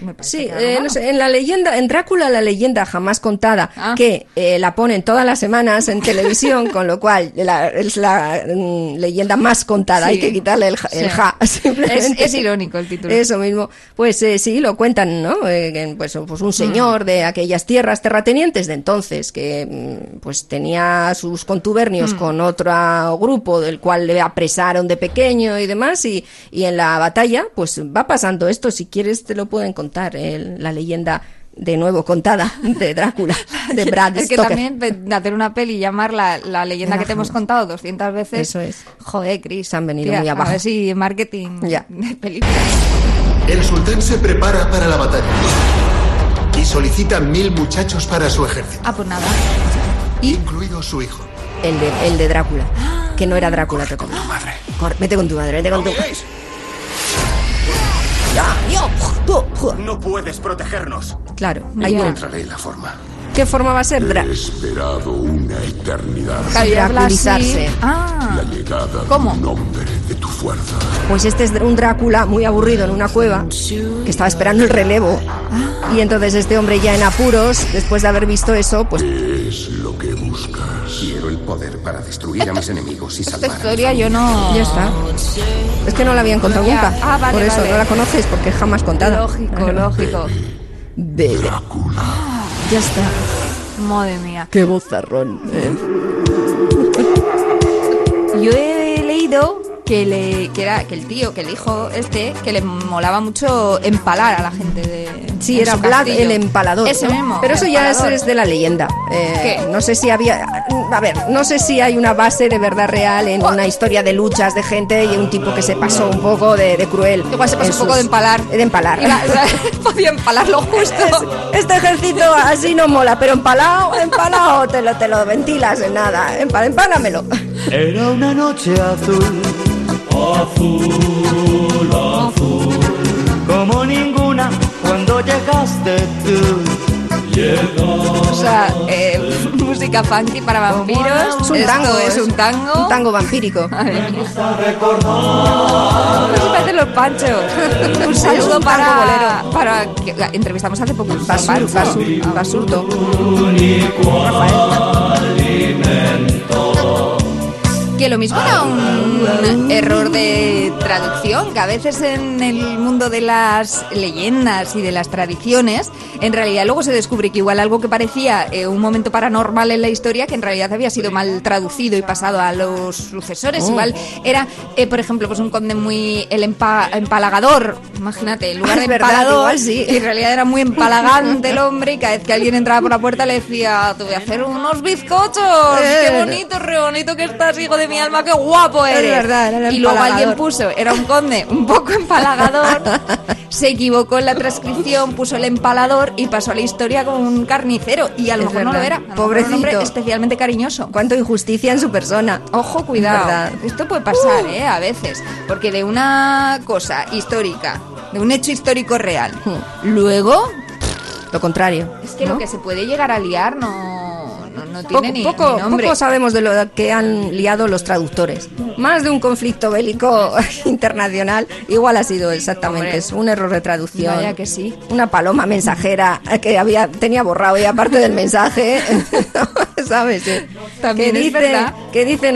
Speaker 2: Me parece
Speaker 3: Sí,
Speaker 2: que era
Speaker 3: eh,
Speaker 2: rumano.
Speaker 3: no sé, en la leyenda, en Drácula la leyenda jamás contada,
Speaker 2: Ah.
Speaker 3: que eh, la ponen todas las semanas en televisión, con lo cual la- es la mm, leyenda más contada,
Speaker 2: Sí.
Speaker 3: hay que quitarle el, ja- el
Speaker 2: Sí.
Speaker 3: ja. [laughs] simplemente.
Speaker 2: Es- es irónico el título.
Speaker 3: Eso mismo. Pues eh, sí, lo cuentan, ¿no? Eh, que, pues, pues
Speaker 2: Mm.
Speaker 3: un señor de aquellas tierras terratenientes de entonces, que mm, pues tenía sus contubernios
Speaker 2: Mm.
Speaker 3: con otro grupo del cual le apresaron de pequeño y demás, y, y en la batalla, pues va pasando esto, si quieres te lo pueden contar, eh, la leyenda de nuevo contada
Speaker 2: [laughs]
Speaker 3: de Drácula, de Brad
Speaker 2: Es que
Speaker 3: Stoker.
Speaker 2: también pe- de hacer una peli y llamar la, la leyenda
Speaker 3: Era
Speaker 2: que te hemos
Speaker 3: genial.
Speaker 2: contado 200 veces.
Speaker 3: Eso es.
Speaker 2: Joder, Chris.
Speaker 3: Han venido
Speaker 2: tía,
Speaker 3: muy abajo.
Speaker 2: A ver si marketing
Speaker 3: Ya.
Speaker 2: de películas.
Speaker 5: El sultán se prepara para la batalla y solicita mil muchachos para su ejército,
Speaker 2: Ah, pues nada.
Speaker 5: incluido su hijo.
Speaker 3: El de, el de Drácula, que no era Drácula, te con tu madre. vete con tu madre, vete con tu madre. Ya, yo, tú, tú.
Speaker 6: No puedes protegernos.
Speaker 3: Claro, ahí
Speaker 2: Ya.
Speaker 3: viene.
Speaker 1: Encontraré la forma.
Speaker 3: ¿Qué forma va a ser? Dra-
Speaker 6: He esperado una eternidad.
Speaker 2: Claro, y habla así.
Speaker 3: Draculizarse.
Speaker 2: Ah,
Speaker 6: La llegada
Speaker 2: ¿Cómo?
Speaker 6: del nombre de tu fuerza.
Speaker 3: Pues este es un Drácula muy aburrido en una cueva que estaba esperando el relevo. Y entonces este hombre ya en apuros, después de haber visto eso, pues
Speaker 6: Es lo que buscas.
Speaker 1: Quiero el poder para destruir a mis enemigos y
Speaker 2: esta
Speaker 1: salvar. a-
Speaker 2: historia yo no.
Speaker 3: ya está. Es que no la habían contado
Speaker 2: Ya.
Speaker 3: nunca.
Speaker 2: Ah, vale,
Speaker 3: Por eso
Speaker 2: vale.
Speaker 3: no la conoces porque jamás contada.
Speaker 2: Lógico, lógico.
Speaker 3: Bebe.
Speaker 6: Drácula.
Speaker 3: Ya está.
Speaker 2: Madre mía.
Speaker 3: Qué bozarrón. eh.
Speaker 2: Yo he leído que le que era que el tío, que el hijo este, que le molaba mucho empalar a la gente de
Speaker 3: Sí,
Speaker 2: en
Speaker 3: era
Speaker 2: su
Speaker 3: Vlad
Speaker 2: castillo.
Speaker 3: el empalador.
Speaker 2: Ese
Speaker 3: ¿no?
Speaker 2: mismo.
Speaker 3: Pero eso ya es,
Speaker 2: empalador.
Speaker 3: es de la leyenda. Eh,
Speaker 2: ¿Qué?
Speaker 3: No sé si había. A ver, no sé si hay una base de verdad real en una historia de luchas de gente y un tipo que se pasó un poco de, de cruel.
Speaker 2: Igual se pasó
Speaker 3: en
Speaker 2: un poco de
Speaker 3: sus-
Speaker 2: empalar.
Speaker 3: De empalar. [laughs]
Speaker 2: Iba- [laughs] iba- podía empalarlo justo.
Speaker 3: Es- este ejercicio así no mola, pero empalado, empalado, te lo, te lo ventilas en nada. Empa- empánamelo.
Speaker 7: Era una noche azul, azul, azul, como ninguna cuando llegaste tú.
Speaker 2: O sea, eh, [laughs] música funky para vampiros.
Speaker 3: Es un
Speaker 2: Esto
Speaker 3: tango.
Speaker 2: es un tango.
Speaker 3: Un tango vampírico.
Speaker 2: Eso parecen los panchos. Un
Speaker 3: Es
Speaker 2: saludo
Speaker 3: un tango
Speaker 2: para,
Speaker 3: Eh, bolero.
Speaker 2: para que la entrevistamos hace poco. un
Speaker 3: Basur,
Speaker 2: pancho.
Speaker 3: basur, basurto.
Speaker 2: Que lo mismo era un error de traducción, que a veces en el mundo de las leyendas y de las tradiciones, en realidad luego se descubre que igual algo que parecía eh, un momento paranormal en la historia, que en realidad había sido mal traducido y pasado a los sucesores.
Speaker 3: Oh.
Speaker 2: Igual era, eh, por ejemplo, pues un conde muy el empa- empalagador, imagínate, en lugar de
Speaker 3: Ah, Es verdad,
Speaker 2: empalador,
Speaker 3: igual sí.
Speaker 2: y en realidad era muy empalagante el hombre y cada vez que alguien entraba por la puerta le decía, te voy a hacer unos bizcochos, qué
Speaker 3: Eh.
Speaker 2: bonito, re bonito que estás, hijo de mi alma, qué guapo
Speaker 3: Es
Speaker 2: eres.
Speaker 3: verdad, era el
Speaker 2: y luego
Speaker 3: empalagador.
Speaker 2: alguien puso, era un conde un poco empalagador, se equivocó en la transcripción, puso el empalador y pasó a la historia como un carnicero y a lo
Speaker 3: Es
Speaker 2: mejor no lo
Speaker 3: verdad.
Speaker 2: era, a lo mejor era un hombre
Speaker 3: Pobrecito.
Speaker 2: especialmente cariñoso.
Speaker 3: Cuánto injusticia en su persona.
Speaker 2: Ojo, cuidado.
Speaker 3: Verdad.
Speaker 2: Esto puede pasar, ¿eh? A veces. Porque de una cosa histórica, de un hecho histórico real, luego
Speaker 3: Lo contrario.
Speaker 2: es que
Speaker 3: ¿no?
Speaker 2: lo que se puede llegar a liar no, no, no tiene
Speaker 3: Poco,
Speaker 2: ni,
Speaker 3: poco-
Speaker 2: ni nombre.
Speaker 3: poco sabemos de lo que han liado los traductores. Más de un conflicto bélico [laughs] internacional, igual ha sido exactamente
Speaker 2: Hombre.
Speaker 3: eso, un error de traducción.
Speaker 2: Vaya que sí.
Speaker 3: Una paloma mensajera que había tenía borrado ya parte del mensaje, [laughs] ¿sabes? eh?
Speaker 2: También
Speaker 3: que
Speaker 2: es
Speaker 3: dice,
Speaker 2: verdad.
Speaker 3: Que dice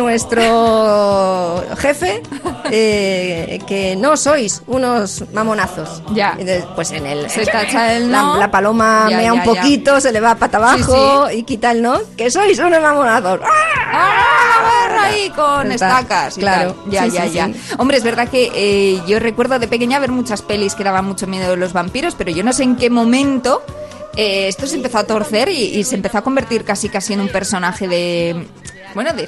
Speaker 3: nuestro jefe eh, que no sois unos mamonazos.
Speaker 2: Ya.
Speaker 3: Entonces, Pues en el
Speaker 2: Se tacha el
Speaker 3: la,
Speaker 2: no.
Speaker 3: la paloma
Speaker 2: Ya,
Speaker 3: mea
Speaker 2: ya,
Speaker 3: un
Speaker 2: ya.
Speaker 3: poquito, se le va pata abajo y quita el no, que sois unos mamonazos. ¡Ah!
Speaker 2: ¡Ah! barra ahí con
Speaker 3: Está,
Speaker 2: estacas y
Speaker 3: claro.
Speaker 2: tal. ya
Speaker 3: Sí,
Speaker 2: ya
Speaker 3: sí,
Speaker 2: ya
Speaker 3: sí.
Speaker 2: hombre es verdad que eh, yo recuerdo de pequeña ver muchas pelis que daban mucho miedo de los vampiros pero yo no sé en qué momento eh, esto se empezó a torcer y, y se empezó a convertir casi casi en un personaje de bueno de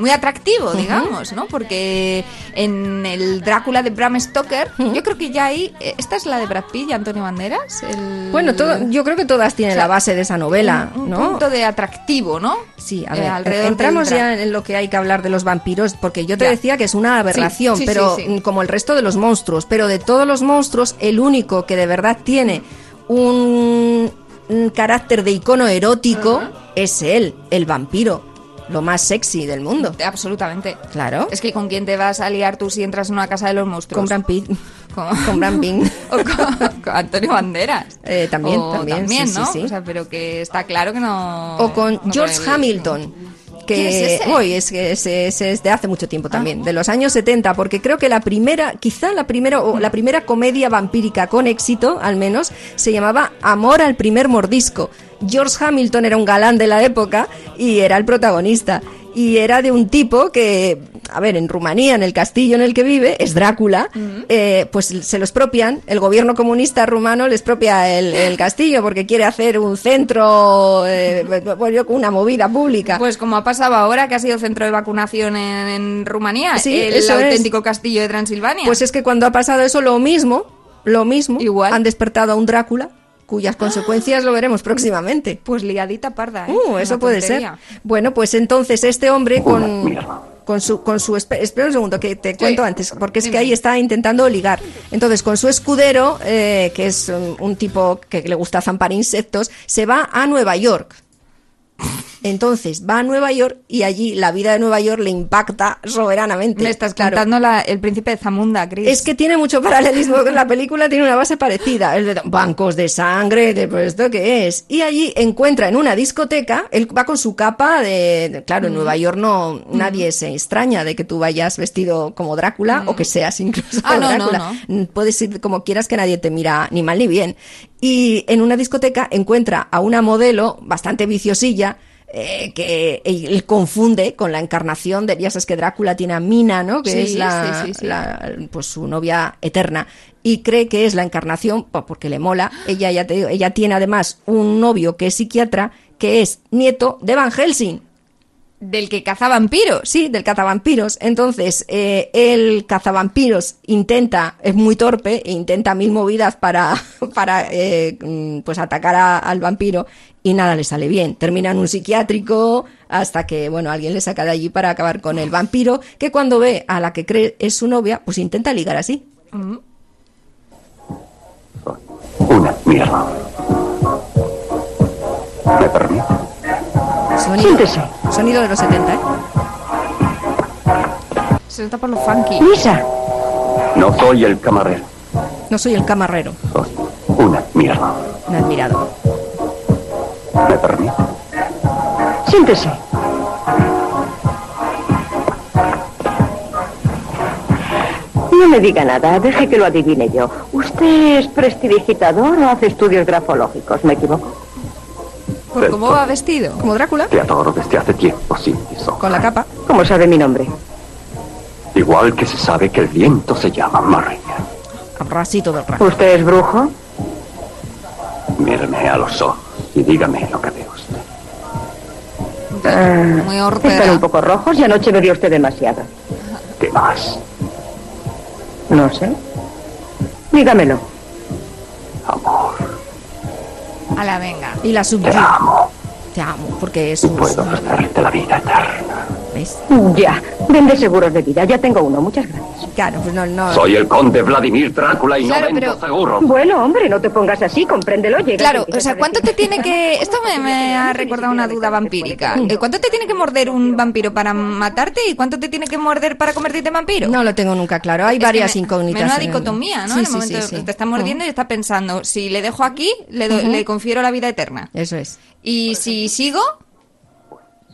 Speaker 2: muy atractivo digamos no porque en el Drácula de Bram Stoker yo creo que ya ahí eh, esta es la de Brad Pitt y Antonio Banderas el-
Speaker 3: Bueno, todo, yo creo que todas tienen
Speaker 2: O sea,
Speaker 3: la base de esa novela,
Speaker 2: un, un
Speaker 3: ¿no?
Speaker 2: punto de atractivo no
Speaker 3: Sí, a
Speaker 2: Eh,
Speaker 3: ver,
Speaker 2: alrededor del
Speaker 3: entramos
Speaker 2: Drácula.
Speaker 3: ya en lo que hay que hablar de los vampiros, porque yo te
Speaker 2: Ya.
Speaker 3: decía que es una aberración,
Speaker 2: Sí, sí,
Speaker 3: pero
Speaker 2: sí, sí.
Speaker 3: mm, como el resto de los monstruos, pero de todos los monstruos, el único que de verdad tiene un, un carácter de icono erótico es él, el vampiro, lo más sexy del mundo.
Speaker 2: Absolutamente.
Speaker 3: Claro.
Speaker 2: Es que con quién te vas a liar tú si entras en una casa de los monstruos.
Speaker 3: Con Brad Pitt.
Speaker 2: Con-
Speaker 3: Con Brad Pitt.
Speaker 2: [laughs] O con, con Antonio Banderas.
Speaker 3: Eh, también,
Speaker 2: O
Speaker 3: también, sí, sí,
Speaker 2: ¿no?
Speaker 3: sí.
Speaker 2: O sea, pero que está claro que no.
Speaker 3: o con
Speaker 2: no
Speaker 3: George
Speaker 2: creo-
Speaker 3: Hamilton.
Speaker 2: ¿Quién es
Speaker 3: Que
Speaker 2: ese?
Speaker 3: hoy es que ese, ese es de hace mucho tiempo también, de los años 70, porque creo que la primera, quizá la primera o la primera comedia vampírica con éxito, al menos, se llamaba Amor al primer mordisco. George Hamilton era un galán de la época y era el protagonista y era de un tipo que, a ver, en Rumanía, en el castillo en el que vive, es Drácula, eh, pues se lo expropian, el gobierno comunista rumano les propia el, el castillo porque quiere hacer un centro, eh, [laughs] bueno, yo- una movida pública.
Speaker 2: Pues como ha pasado ahora, que ha sido centro de vacunación en, en Rumanía,
Speaker 3: Sí,
Speaker 2: el
Speaker 3: eso es.
Speaker 2: auténtico castillo de Transilvania.
Speaker 3: Pues es que cuando ha pasado eso, lo mismo, lo mismo,
Speaker 2: Igual. Ah.
Speaker 3: han despertado a un Drácula, cuyas consecuencias lo veremos próximamente.
Speaker 2: Pues liadita parda. ¿eh?
Speaker 3: Uh,
Speaker 2: Una
Speaker 3: eso puede
Speaker 2: tontería.
Speaker 3: ser. Bueno, pues entonces este hombre con, con su, con su espe- espera un segundo que te cuento antes, porque es
Speaker 2: Dime.
Speaker 3: que ahí está intentando ligar. Entonces con su escudero, eh, que es un, un tipo que le gusta zampar insectos, se va a Nueva York. Entonces va a Nueva York y allí la vida de Nueva York le impacta soberanamente.
Speaker 2: Me estás
Speaker 3: Claro.
Speaker 2: contando la- el príncipe de Zamunda, Chris.
Speaker 3: Es que tiene mucho paralelismo con la película, tiene una base parecida. El de bancos de sangre, de pues, esto qué es. Y allí encuentra en una discoteca, él va con su capa de, de- claro, en Nueva York no nadie se extraña de que tú vayas vestido como Drácula o que seas incluso
Speaker 2: Ah, no, no,
Speaker 3: Drácula. Mm, Puedes ir como quieras que nadie te mira ni mal ni bien. Y en una discoteca encuentra a una modelo bastante viciosilla eh, que él confunde con la encarnación de, ya sabes que Drácula tiene a Mina, ¿no? Que
Speaker 2: Sí,
Speaker 3: es la,
Speaker 2: sí, sí, sí.
Speaker 3: la- pues su novia eterna y cree que es la encarnación pues, porque le mola. Ella ya te digo, ella tiene además un novio que es psiquiatra que es nieto de Van Helsing.
Speaker 2: Del que caza vampiros.
Speaker 3: Sí, del cazavampiros. Entonces, eh, el cazavampiros intenta, es muy torpe, e intenta mil movidas para, [laughs] para eh, mm, pues atacar a- al vampiro y nada le sale bien. Termina en un psiquiátrico hasta que, bueno, alguien le saca de allí para acabar con el vampiro, que cuando ve a la que cree es su novia, pues intenta ligar así.
Speaker 2: Mm.
Speaker 1: Una mierda. ¿Me permite?
Speaker 3: Sonido,
Speaker 8: Siéntese.
Speaker 3: sonido de los 70, ¿eh?
Speaker 2: Se nota por lo funky.
Speaker 8: Misa.
Speaker 1: No soy el camarero.
Speaker 3: No soy el camarero,
Speaker 1: Soy una mierda.
Speaker 3: un admirado.
Speaker 1: ¿Me permite?
Speaker 8: Siéntese. No me diga nada, deje que lo adivine yo. ¿Usted es prestidigitador o hace estudios grafológicos? ¿Me equivoco?
Speaker 2: ¿Por cómo Pues va vestido?
Speaker 3: Como Drácula,
Speaker 1: Te adoro desde hace tiempo, Cindy Soja.
Speaker 3: con la capa.
Speaker 8: ¿Cómo sabe mi nombre?
Speaker 1: Igual que se sabe que el viento se llama María.
Speaker 3: Abracito del rato.
Speaker 8: ¿Usted es brujo?
Speaker 1: Míreme a los ojos y dígame lo que ve usted.
Speaker 2: Muy
Speaker 8: Están
Speaker 2: hortera.
Speaker 8: un poco rojos y anoche bebió usted demasiado.
Speaker 1: ¿Qué más?
Speaker 8: No sé. Dígamelo.
Speaker 1: Amor,
Speaker 2: A la venga.
Speaker 3: Y la
Speaker 1: te
Speaker 3: subyuga.
Speaker 1: amo
Speaker 3: Te amo, porque es
Speaker 1: y
Speaker 3: un...
Speaker 1: puedo ofrecerte la vida eterna.
Speaker 3: ¿Ves?
Speaker 8: Ya. Vende seguros de vida. Ya tengo uno. Muchas gracias.
Speaker 3: Claro, pues no, no.
Speaker 1: Soy el conde Vladimir Drácula y
Speaker 2: Claro,
Speaker 1: no vendo
Speaker 2: pero-
Speaker 1: seguro.
Speaker 8: Bueno, hombre, no te pongas así. Compréndelo. Llega
Speaker 2: Claro, o sea, ¿cuánto te tiene que... Esto me, me ha recordado una duda vampírica. Eh, ¿Cuánto te tiene que morder un vampiro para matarte y cuánto te tiene que morder para convertirte en vampiro?
Speaker 3: No lo tengo nunca claro. Hay
Speaker 2: Es que
Speaker 3: varias
Speaker 2: me-
Speaker 3: incógnitas.
Speaker 2: Menuda
Speaker 3: en el-
Speaker 2: dicotomía, ¿no?
Speaker 3: Sí,
Speaker 2: en el
Speaker 3: sí,
Speaker 2: momento
Speaker 3: sí, sí.
Speaker 2: te está mordiendo y está pensando, si le dejo aquí, le, do- le confiero la vida eterna.
Speaker 3: Eso es.
Speaker 2: Y si sigo,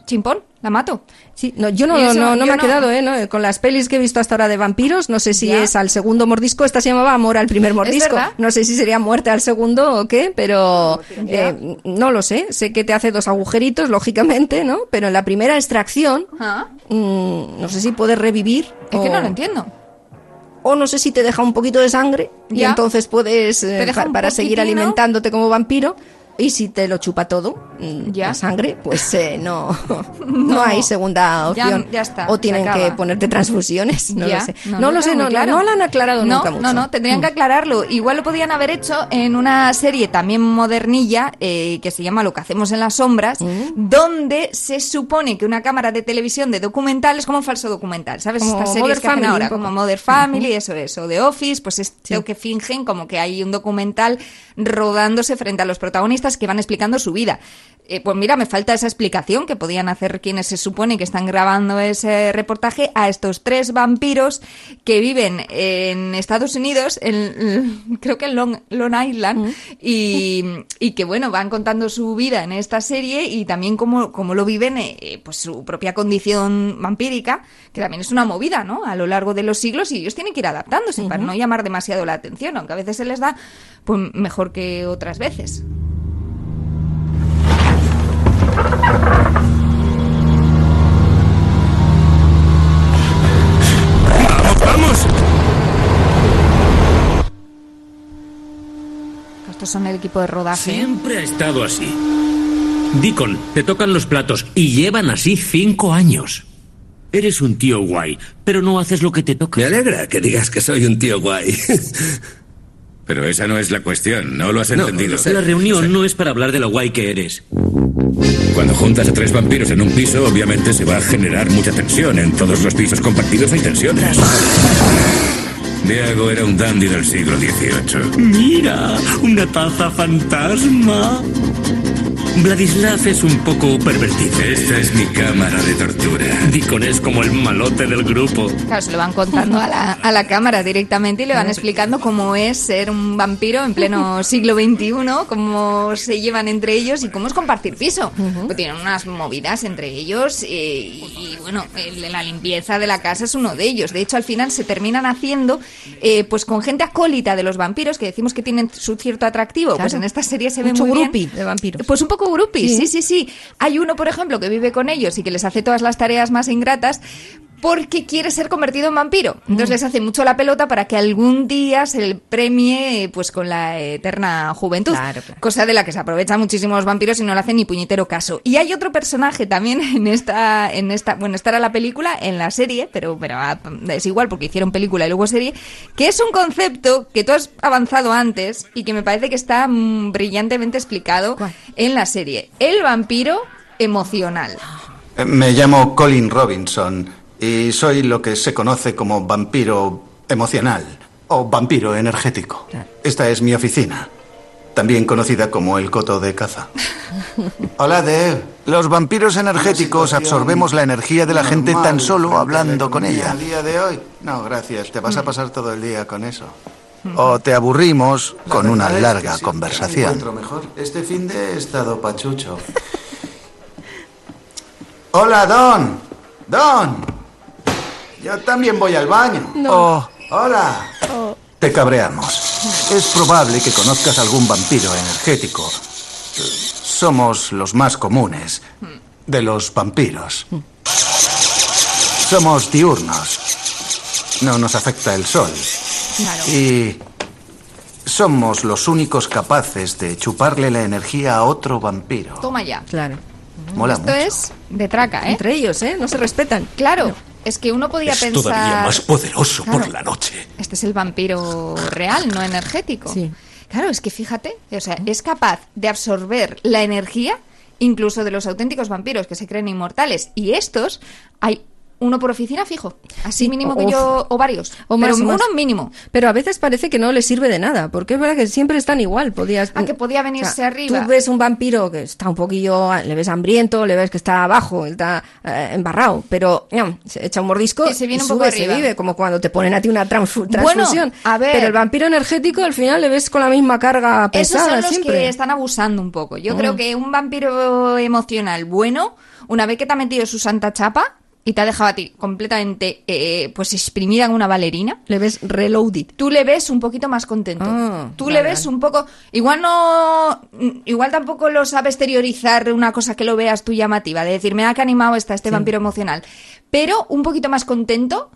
Speaker 2: chimpón, la mato.
Speaker 3: Sí, no, yo no,
Speaker 2: Y eso,
Speaker 3: no, no
Speaker 2: yo
Speaker 3: me ha
Speaker 2: no.
Speaker 3: quedado, ¿eh? No, eh, Con las pelis que he visto hasta ahora de vampiros, no sé si
Speaker 2: Ya.
Speaker 3: es al segundo mordisco, esta se llamaba Amor al primer mordisco.
Speaker 2: verdad.
Speaker 3: No sé si sería muerte al segundo o qué, pero eh, no lo sé. Sé que te hace dos agujeritos, lógicamente, ¿no? Pero en la primera extracción,
Speaker 2: Ah,
Speaker 3: mm, no sé si puedes revivir.
Speaker 2: Es que
Speaker 3: o-
Speaker 2: no lo entiendo.
Speaker 3: o no sé si te deja un poquito de sangre y
Speaker 2: Ya.
Speaker 3: entonces puedes eh,
Speaker 2: Te deja
Speaker 3: pa-
Speaker 2: un
Speaker 3: para seguir
Speaker 2: poquitín, ¿no?
Speaker 3: alimentándote como vampiro y si te lo chupa todo mm,
Speaker 2: Ya.
Speaker 3: la sangre pues eh, no,
Speaker 2: [laughs]
Speaker 3: [laughs] no hay segunda
Speaker 2: Ya-
Speaker 3: opción
Speaker 2: ya está,
Speaker 3: o
Speaker 2: se
Speaker 3: tienen que
Speaker 2: acaba.
Speaker 3: ponerte transfusiones Pues, no
Speaker 2: Ya.
Speaker 3: lo sé no, lo
Speaker 2: queda
Speaker 3: sé
Speaker 2: muy
Speaker 3: no,
Speaker 2: claro.
Speaker 3: no lo han aclarado
Speaker 2: No,
Speaker 3: nunca mucho Mm.
Speaker 2: No, no, tendrían que aclararlo. Igual lo podían haber hecho en una serie también modernilla eh, que se llama Lo que hacemos en las sombras,
Speaker 3: Mm.
Speaker 2: donde se supone que una cámara de televisión de documental es como un falso documental, ¿sabes?
Speaker 3: Como
Speaker 2: Estas series
Speaker 3: Modern
Speaker 2: que hacen
Speaker 3: Family,
Speaker 2: ahora,
Speaker 3: un poco.
Speaker 2: como Mother Family, eso, eso, The Office, pues es creo que fingen como que hay un documental rodándose frente a los protagonistas que van explicando su vida. Eh, pues mira, me falta esa explicación que podían hacer quienes se supone que están grabando ese reportaje a estos tres vampiros que viven en Estados Unidos, en, [laughs] creo que en Long, Long Island, y, y que bueno, van contando su vida en esta serie y también cómo, cómo lo viven, eh, eh, pues su propia condición vampírica, que también es una movida, ¿no? A lo largo de los siglos y ellos tienen que ir adaptándose para no llamar demasiado la atención, aunque a veces se les da pues mejor que otras veces. Pues Estos son el equipo de rodaje.
Speaker 9: Siempre ha estado así. Deacon, te tocan los platos y llevan así cinco años. Eres un tío guay, pero no haces lo que te toca.
Speaker 10: Me alegra que digas que soy un tío guay. Pero esa no es la cuestión, no lo has
Speaker 9: No,
Speaker 10: entendido.
Speaker 9: la reunión no es para hablar de lo guay que eres.
Speaker 10: Cuando juntas a tres vampiros en un piso, obviamente se va a generar mucha tensión. En todos los pisos compartidos hay tensiones. Diego era un dandy del siglo XVIII.
Speaker 9: Mira, una taza fantasma. Vladislav es un poco pervertido.
Speaker 10: Esta es mi cámara de tortura.
Speaker 9: Deacon es como el malote del grupo.
Speaker 2: Claro, se lo van contando a la, a la cámara directamente y le van explicando cómo es ser un vampiro en
Speaker 3: [laughs]
Speaker 2: pleno siglo XXI, cómo se llevan entre ellos y cómo es compartir piso. Pues tienen unas movidas entre ellos eh, y, y, bueno, el- la limpieza de la casa es uno de ellos. De hecho, al final se terminan haciendo eh, pues con gente acólita de los vampiros que decimos que tienen su cierto atractivo. Pues
Speaker 3: Claro.
Speaker 2: en esta serie se ve
Speaker 3: Mucho
Speaker 2: muy bien.
Speaker 3: groupie de vampiros.
Speaker 2: Pues un poco groupies, sí, sí, sí. Hay uno, por ejemplo, que vive con ellos y que les hace todas las tareas más ingratas porque quiere ser convertido en vampiro. Entonces les hace mucho la pelota para que algún día se le premie pues con la eterna juventud. Cosa de la que se aprovechan muchísimos vampiros y no le hacen ni puñetero caso. Y hay otro personaje también en esta, en esta, bueno, esta era la película, en la serie, pero, pero ah, es igual porque hicieron película y luego serie, que es un concepto que tú has avanzado antes y que me parece que está mm, brillantemente explicado en la serie. El vampiro emocional.
Speaker 11: Me llamo Colin Robinson y soy lo que se conoce como vampiro emocional o vampiro energético. Esta es mi oficina, también conocida como el coto de caza. Hola, Dave. Los vampiros energéticos absorbemos la energía de la gente tan solo hablando con ella.
Speaker 5: día de hoy?
Speaker 11: No, gracias. Te vas a pasar todo el día con eso. O te aburrimos con una larga conversación.
Speaker 5: Encuentro mejor. Este fin de he estado pachucho. Hola, Don. Don. Yo también voy al baño.
Speaker 11: No.
Speaker 5: Hola.
Speaker 11: Oh.
Speaker 2: Oh.
Speaker 11: Te cabreamos. Es probable que conozcas algún vampiro energético. Eh, Somos los más comunes de los vampiros. Somos diurnos. No nos afecta el sol. Y somos los únicos capaces de chuparle la energía a otro vampiro.
Speaker 2: Toma ya.
Speaker 3: Claro.
Speaker 2: ¿Eh?
Speaker 11: Mola
Speaker 2: Esto es de traca, ¿eh?
Speaker 3: Entre ellos, ¿eh? No se respetan.
Speaker 2: Claro. Es que uno podía
Speaker 12: Es
Speaker 2: pensar.
Speaker 12: todavía más poderoso por
Speaker 2: Claro.
Speaker 12: la noche.
Speaker 2: Este es el vampiro real, no energético.
Speaker 12: Sí.
Speaker 2: Claro, es que fíjate, o sea, es capaz de absorber la energía incluso de los auténticos vampiros que se creen inmortales. Y estos hay uno por oficina fijo, así
Speaker 3: Sí,
Speaker 2: mínimo
Speaker 3: o-
Speaker 2: que
Speaker 3: o-
Speaker 2: yo, o varios.
Speaker 3: O
Speaker 2: pero
Speaker 3: más,
Speaker 2: uno
Speaker 3: más.
Speaker 2: mínimo.
Speaker 3: Pero a veces parece que no les sirve de nada, porque es verdad que siempre están igual. Podías,
Speaker 2: Ah, que podía venirse arriba.
Speaker 3: Tú ves un vampiro que está un poquillo, ah, le ves hambriento, le ves que está abajo, está eh, embarrado, pero ñam, se echa un mordisco
Speaker 2: Y se viene
Speaker 3: y
Speaker 2: un poco
Speaker 3: sube, se
Speaker 2: arriba.
Speaker 3: vive, como cuando te ponen a ti una transfu-
Speaker 2: Bueno,
Speaker 3: transfusión.
Speaker 2: a ver.
Speaker 3: Pero el vampiro energético al final le ves con la misma carga
Speaker 2: Esos
Speaker 3: pesada
Speaker 2: son los
Speaker 3: siempre.
Speaker 2: que están abusando un poco. Yo
Speaker 3: Mm.
Speaker 2: creo que un vampiro emocional bueno, una vez que te ha metido su santa chapa y te ha dejado a ti completamente eh, pues exprimida en una bailarina,
Speaker 3: Le ves reloaded.
Speaker 2: tú le ves un poquito más contento.
Speaker 3: Ah,
Speaker 2: tú
Speaker 3: vale,
Speaker 2: le ves
Speaker 3: vale.
Speaker 2: un poco. Igual no. Igual tampoco lo sabe exteriorizar una cosa que lo veas tú llamativa, de decir, mira que animado está este vampiro emocional. Pero un poquito más contento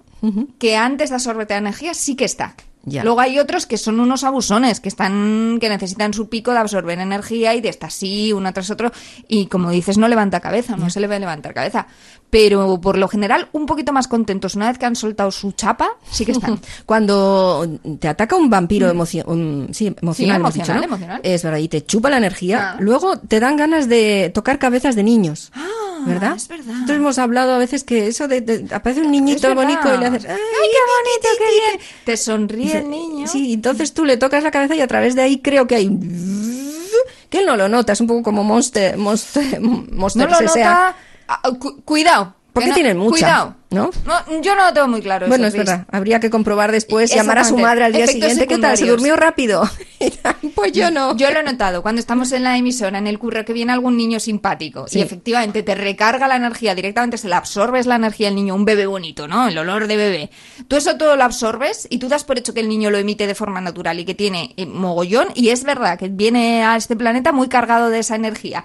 Speaker 2: que antes de absorberte la energía sí que está.
Speaker 3: Ya.
Speaker 2: Luego hay otros que son unos abusones, que están, que necesitan su pico de absorber energía y de estar así uno tras otro. Y como dices, no levanta cabeza, no se le ve levantar cabeza. Pero por lo general, un poquito más contentos. Una vez que han soltado su chapa, sí que
Speaker 3: [laughs]
Speaker 2: están.
Speaker 3: Cuando te ataca un vampiro emocio- un- sí, emocional,
Speaker 2: Mm. Sí,
Speaker 3: hemos
Speaker 2: emocional,
Speaker 3: dicho, ¿no?
Speaker 2: emocional.
Speaker 3: es verdad, y te chupa la energía,
Speaker 2: Ah.
Speaker 3: luego te dan ganas de tocar cabezas de niños. ¿Verdad?
Speaker 2: Ah, es verdad.
Speaker 3: Nosotros hemos hablado a veces que eso de, de- aparece un niñito
Speaker 2: Es verdad.
Speaker 3: bonito y le haces,
Speaker 2: ¡Ay,
Speaker 3: ¡ay,
Speaker 2: qué bonito, qué bien! Te
Speaker 3: Y
Speaker 2: sonríe
Speaker 3: se-
Speaker 2: el niño.
Speaker 3: Sí, y entonces tú le tocas la cabeza y a través de ahí creo que hay un que él no lo nota, es un poco como Monster, Monster,
Speaker 2: no
Speaker 3: Monster
Speaker 2: lo
Speaker 3: se sea.
Speaker 2: nota. Ah, ah, cu- cuidado.
Speaker 3: Porque
Speaker 2: que no-
Speaker 3: tienen mucha,
Speaker 2: Cuidado.
Speaker 3: ¿no?
Speaker 2: No, yo no lo tengo muy claro.
Speaker 3: Bueno, es
Speaker 2: eso, Cris.
Speaker 3: verdad, habría que comprobar después, llamar a su
Speaker 2: Exactamente.
Speaker 3: madre al día
Speaker 2: Efectos
Speaker 3: siguiente, ¿qué tal? ¿Se
Speaker 2: secundarios. [laughs]
Speaker 3: durmió rápido? pues yo no.
Speaker 2: Yo lo he notado. Cuando estamos en la emisora, en el curro, que viene algún niño simpático
Speaker 3: Sí.
Speaker 2: y efectivamente te recarga la energía directamente, se la absorbes la energía del niño, un bebé bonito, ¿no? El olor de bebé. Tú eso todo lo absorbes y tú das por hecho que el niño lo emite de forma natural y que tiene eh, mogollón. Y es verdad que viene a este planeta muy cargado de esa energía.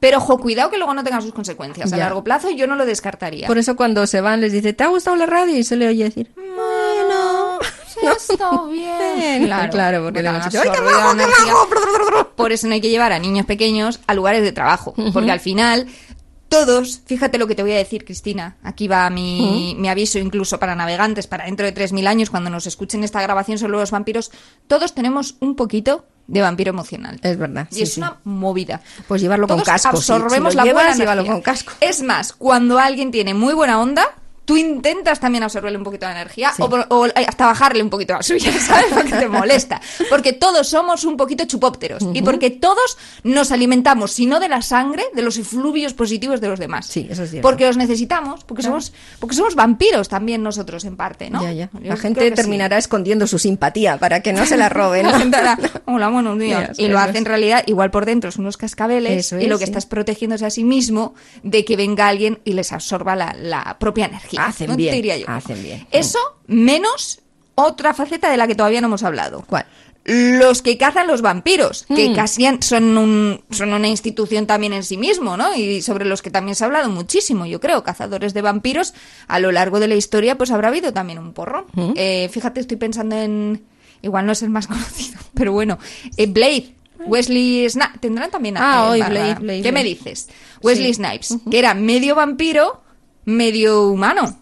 Speaker 2: Pero ojo, cuidado que luego no tenga sus consecuencias. A
Speaker 3: Ya.
Speaker 2: largo plazo yo no lo descartaría.
Speaker 3: Por eso cuando se van les dice, ¿te ha gustado la radio? Y se le oye decir,
Speaker 2: Bueno, sí, está
Speaker 3: [laughs]
Speaker 2: bien.
Speaker 3: Claro, claro, porque le hemos dicho, ¡ay, qué
Speaker 2: absorbido
Speaker 3: bajo, qué
Speaker 2: energía.
Speaker 3: bajo!
Speaker 2: Por eso no hay que llevar a niños pequeños a lugares de trabajo,
Speaker 3: Ujú.
Speaker 2: porque al final todos, fíjate lo que te voy a decir, Cristina, aquí va mi, mi aviso incluso para navegantes, para dentro de 3.000 años, cuando nos escuchen esta grabación sobre los vampiros, todos tenemos un poquito de vampiro emocional.
Speaker 3: es verdad.
Speaker 2: Y
Speaker 3: sí,
Speaker 2: es
Speaker 3: sí.
Speaker 2: una movida.
Speaker 3: Pues llevarlo con
Speaker 2: Todos
Speaker 3: casco. si- si
Speaker 2: Absorbemos
Speaker 3: lo
Speaker 2: la
Speaker 3: llevas,
Speaker 2: buena
Speaker 3: llévalo
Speaker 2: energía.
Speaker 3: con casco.
Speaker 2: Es más, cuando alguien tiene muy buena onda, tú intentas también absorberle un poquito de energía o, por- o, eh, hasta bajarle un poquito la suya, [laughs] ¿sabes? Porque te molesta. Porque todos somos un poquito chupópteros y
Speaker 3: Ujú.
Speaker 2: porque todos nos alimentamos, si no de la sangre, de los influvios positivos de los demás.
Speaker 3: Sí, eso es cierto.
Speaker 2: Porque los necesitamos, porque
Speaker 3: Claro.
Speaker 2: somos porque somos vampiros también nosotros en parte, ¿no?
Speaker 3: Ya, ya.
Speaker 2: Yo
Speaker 3: La
Speaker 2: creo
Speaker 3: gente
Speaker 2: que sí.
Speaker 3: terminará escondiendo su simpatía para que no se
Speaker 2: [laughs]
Speaker 3: la roben.
Speaker 2: La gente
Speaker 3: [laughs]
Speaker 2: hará, hola, buenos días.
Speaker 3: Días,
Speaker 2: y lo
Speaker 3: eso
Speaker 2: hace en
Speaker 3: es.
Speaker 2: realidad, igual por dentro, son unos cascabeles.
Speaker 3: Eso
Speaker 2: y lo
Speaker 3: es,
Speaker 2: que
Speaker 3: sí.
Speaker 2: estás protegiéndose a sí mismo de que venga alguien y les absorba la, la propia energía.
Speaker 3: Hacen
Speaker 2: ¿no?
Speaker 3: bien,
Speaker 2: Te diría yo.
Speaker 3: hacen bien.
Speaker 2: Eso menos otra faceta de la que todavía no hemos hablado.
Speaker 3: ¿Cuál?
Speaker 2: los que cazan los vampiros, que
Speaker 3: Mm.
Speaker 2: casi han- son, un- son una institución también en sí mismo, ¿no? Y sobre los que también se ha hablado muchísimo, yo creo. Cazadores de vampiros, a lo largo de la historia, pues habrá habido también un porrón.
Speaker 3: Mm.
Speaker 2: Eh, fíjate, estoy pensando en. Igual no es el más [laughs] conocido, pero bueno. eh, Blade. Wesley Snipes. Tendrán también
Speaker 3: Ah,
Speaker 2: eh,
Speaker 3: hoy
Speaker 2: Bárbara?
Speaker 3: Blade, Blade,
Speaker 2: ¿Qué me
Speaker 3: Blade.
Speaker 2: dices? Wesley
Speaker 3: Sí.
Speaker 2: Snipes, que era medio vampiro, medio humano.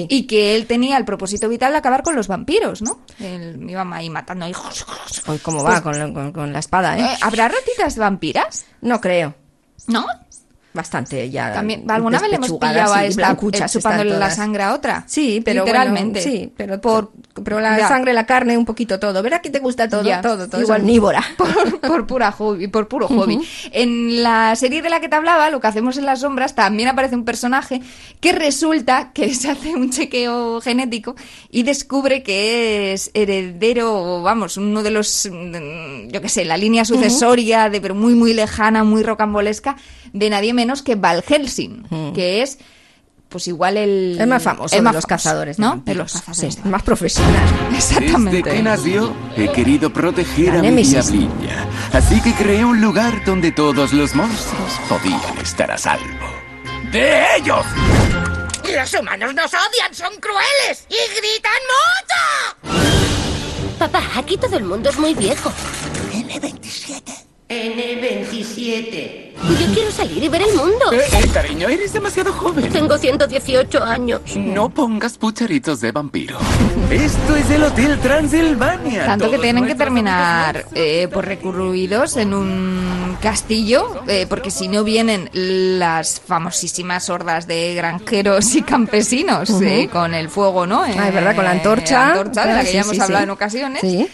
Speaker 2: Y que él tenía el propósito vital de acabar con los vampiros, ¿no? Él iba ahí matando hijos.
Speaker 3: Hoy cómo va
Speaker 2: Pues-
Speaker 3: con, la- con- con la espada, ¿eh?
Speaker 2: Eh, ¿Habrá ratitas vampiras?
Speaker 3: No creo.
Speaker 2: ¿No?
Speaker 3: Bastante ya.
Speaker 2: También, alguna vez le hemos
Speaker 3: despechugadas
Speaker 2: pillado a
Speaker 3: y
Speaker 2: esta
Speaker 3: blancuchas
Speaker 2: eh,
Speaker 3: están
Speaker 2: chupándole Eh, la
Speaker 3: todas.
Speaker 2: sangre a otra.
Speaker 3: Sí, pero bueno,
Speaker 2: Literalmente.
Speaker 3: sí, pero por pero la
Speaker 2: Ya.
Speaker 3: sangre, la carne, un poquito todo. Verás que te gusta todo,
Speaker 2: Ya.
Speaker 3: todo, todo.
Speaker 2: Igual-
Speaker 3: es omnívora.
Speaker 2: [laughs] Por, por pura hobby, por puro hobby.
Speaker 3: Ujú.
Speaker 2: En la serie de la que te hablaba, lo que hacemos en las sombras, también aparece un personaje que resulta que [laughs] se hace un chequeo genético y descubre que es heredero, o vamos, uno de los, mm, yo qué sé, la línea sucesoria, de, pero muy, muy lejana, muy rocambolesca, de nadie menos que Val Helsing,
Speaker 3: Ujú.
Speaker 2: que es... Pues igual el...
Speaker 3: Es más famoso de los cazadores de
Speaker 2: ¿no? De
Speaker 3: vampiros.
Speaker 2: los cazadores.
Speaker 3: Sí,
Speaker 2: [laughs]
Speaker 3: más profesional.
Speaker 12: Desde
Speaker 13: Este,
Speaker 12: que nació, he querido proteger
Speaker 3: La
Speaker 12: a mi
Speaker 3: némesis.
Speaker 12: diablilla. Así que creé un lugar donde todos los monstruos podían estar a salvo. ¡De ellos!
Speaker 14: Los humanos nos odian, son crueles y gritan mucho. Papá, aquí todo el mundo es muy viejo. N27. N27. Yo quiero salir y ver el mundo.
Speaker 12: Eh, eh, cariño, eres demasiado joven.
Speaker 14: Tengo 118 años.
Speaker 12: No pongas pucharitos de vampiro. Esto es el Hotel Transilvania.
Speaker 2: Tanto que
Speaker 12: Todos
Speaker 2: tienen que
Speaker 12: nuestros
Speaker 2: terminar eh, pues recluidos en un castillo, eh, porque si no vienen las famosísimas hordas de granjeros y campesinos
Speaker 3: Ujú.
Speaker 2: eh, con el fuego, ¿no? Eh,
Speaker 3: Ah, es verdad, con la antorcha.
Speaker 2: la antorcha, de la
Speaker 3: Claro,
Speaker 2: que
Speaker 3: sí,
Speaker 2: ya hemos
Speaker 3: sí,
Speaker 2: hablado
Speaker 3: sí.
Speaker 2: en ocasiones.
Speaker 3: Sí.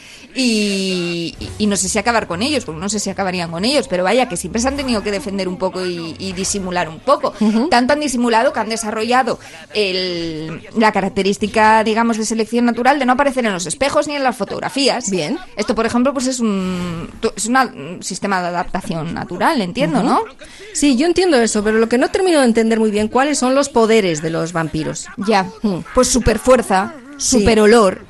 Speaker 2: Y, y- y no sé si acabar con ellos, porque no sé si acabarían con ellos, pero vaya, que siempre se han tenido que defender un poco y, y disimular un poco. Tanto han disimulado que han desarrollado el- la característica, digamos, de selección natural de no aparecer en los espejos ni en las fotografías. Bien. Esto, por ejemplo, pues es un, tu- es una- un sistema de adaptación natural, entiendo,
Speaker 3: Ujú.
Speaker 2: ¿no?
Speaker 3: Sí, yo entiendo eso, pero lo que no termino de entender muy bien, ¿cuáles son los poderes de los vampiros?
Speaker 2: Ya, pues super fuerza, super olor,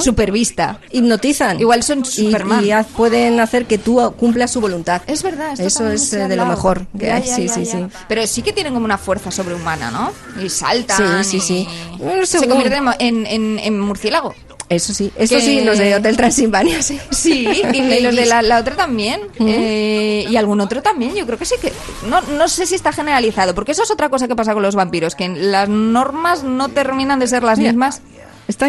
Speaker 2: super vista.
Speaker 3: Hipnotizan.
Speaker 2: Igual son
Speaker 3: Y-
Speaker 2: Superman.
Speaker 3: Y, haz- pueden hacer que tú cumplas su voluntad.
Speaker 2: Es verdad, esto
Speaker 3: Eso
Speaker 2: también
Speaker 3: es
Speaker 2: se ha
Speaker 3: eh, de lo
Speaker 2: hablado.
Speaker 3: mejor. que
Speaker 2: Ya,
Speaker 3: hay.
Speaker 2: ya,
Speaker 3: sí,
Speaker 2: ya,
Speaker 3: sí,
Speaker 2: ya.
Speaker 3: sí.
Speaker 2: Pero sí que tienen como una fuerza sobrehumana, ¿no? Y saltan.
Speaker 3: Sí, sí, sí.
Speaker 2: y
Speaker 3: Bueno,
Speaker 2: se
Speaker 3: según-
Speaker 2: convierten en mo- en, en- en murciélago.
Speaker 3: Eso sí, eso
Speaker 2: Que-
Speaker 3: sí, los de Hotel Transilvania, sí.
Speaker 2: Eh,
Speaker 3: [laughs]
Speaker 2: Sí, [laughs] y, y los de la, la otra también.
Speaker 3: Ujú.
Speaker 2: eh, y algún otro también. Yo creo que sí que. No, no sé si está generalizado, porque eso es otra cosa que pasa con los vampiros, que las normas no terminan de ser las mismas.
Speaker 3: Está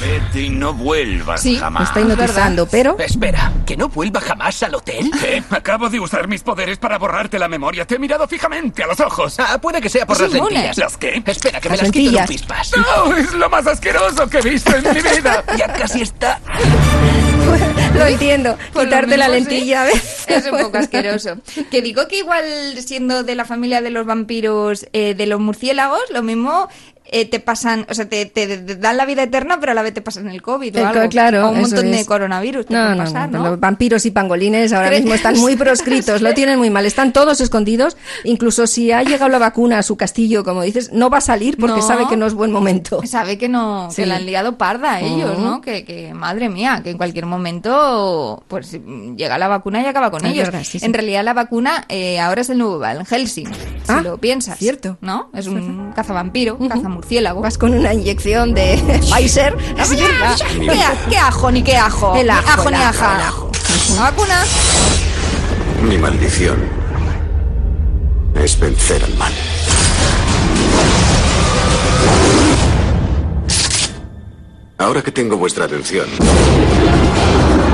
Speaker 12: Vete y no vuelvas
Speaker 2: Sí,
Speaker 12: jamás.
Speaker 3: está hipnotizando, pero...
Speaker 12: Espera, ¿que no vuelva jamás al hotel? ¿Qué? Acabo de usar mis poderes para borrarte la memoria. Te he mirado fijamente a los ojos. Ah, puede que sea por
Speaker 2: Es
Speaker 12: las
Speaker 2: inmune.
Speaker 12: lentillas. ¿Las qué? Espera, que
Speaker 3: Las
Speaker 12: me las quito de un
Speaker 3: lentillas.
Speaker 12: pispas. ¡No! Es lo más asqueroso que he visto en
Speaker 2: [laughs]
Speaker 12: mi vida. Ya casi está.
Speaker 3: Lo entiendo,
Speaker 2: Por lo
Speaker 3: quitarte la
Speaker 2: mismo,
Speaker 3: lentilla.
Speaker 2: sí.
Speaker 3: ¿ves?
Speaker 2: [laughs] Es un
Speaker 3: [laughs]
Speaker 2: poco asqueroso. Que digo que igual siendo de la familia de los vampiros, eh, de los murciélagos, lo mismo eh, te pasan, o sea, te, te- te dan la vida eterna, pero a la vez te pasan el COVID o
Speaker 3: El
Speaker 2: algo.
Speaker 3: co- claro,
Speaker 2: O un
Speaker 3: eso
Speaker 2: montón de
Speaker 3: es.
Speaker 2: coronavirus te
Speaker 3: No,
Speaker 2: puede
Speaker 3: no,
Speaker 2: pasar,
Speaker 3: no,
Speaker 2: ¿no?
Speaker 3: Los vampiros y pangolines ahora
Speaker 2: ¿Crees?
Speaker 3: mismo están muy proscritos, lo tienen muy mal, están todos escondidos. Incluso si ha llegado la vacuna a su castillo, como dices, no va a salir porque
Speaker 2: No.
Speaker 3: sabe que no es buen momento.
Speaker 2: Sabe que no,
Speaker 3: Sí.
Speaker 2: que la han liado parda a ellos,
Speaker 3: Mm.
Speaker 2: ¿no? Que, que, madre mía, que en cualquier momento pues mm, llega la vacuna y acaba con
Speaker 3: Es
Speaker 2: ellos.
Speaker 3: verdad, sí, sí.
Speaker 2: En realidad la vacuna eh, ahora es el nuevo Van Helsing, si
Speaker 3: Ah,
Speaker 2: lo piensas. Cierto. ¿No? Es un cazavampiro, cazamurciélago.
Speaker 3: Vas con una inyección de [laughs] Pfizer.
Speaker 2: Es verdad. ¿Qué, a- qué ajo ni qué ajo?
Speaker 3: El ajo,
Speaker 2: ni
Speaker 3: el ajo,
Speaker 2: aja.
Speaker 3: el
Speaker 2: Una vacuna.
Speaker 6: Mi maldición es vencer al mal. Ahora que tengo vuestra atención.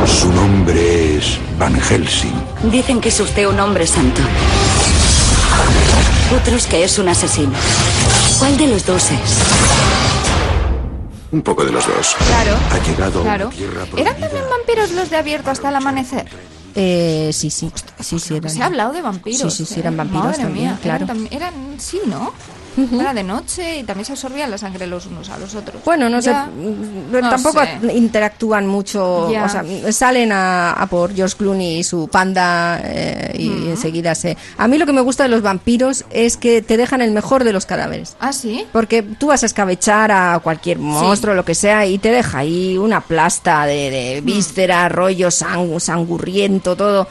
Speaker 6: Su nombre es Van Helsing.
Speaker 15: Dicen que es usted un hombre santo. Otros que es un asesino. ¿Cuál de los dos es?
Speaker 6: Un poco de los dos.
Speaker 2: Claro.
Speaker 6: Ha llegado a
Speaker 2: Claro.
Speaker 6: una tierra
Speaker 2: ¿Eran también vampiros los de abierto hasta el amanecer?
Speaker 3: Eh, sí, sí, sí, sí, eran.
Speaker 2: pues Se ha hablado de vampiros.
Speaker 3: Sí, sí, sí,
Speaker 2: ¿eh?
Speaker 3: eran vampiros
Speaker 2: Madre
Speaker 3: también,
Speaker 2: mía,
Speaker 3: claro.
Speaker 2: Eran, tam- eran- sí, ¿no? Era de noche y también se absorbían la sangre los unos a los otros.
Speaker 3: Bueno, no
Speaker 2: Ya.
Speaker 3: sé, mm, tampoco
Speaker 2: sé.
Speaker 3: interactúan mucho,
Speaker 2: Ya.
Speaker 3: o sea, mm, salen a, a por George Clooney y su panda eh, y enseguida se... A mí lo que me gusta de los vampiros es que te dejan el mejor de los cadáveres.
Speaker 2: Ah, sí.
Speaker 3: Porque tú vas a escabechar a cualquier monstruo, lo que sea, y te deja ahí una plasta de, de
Speaker 2: Mm.
Speaker 3: víscera, rollo sang- sangurriento, todo.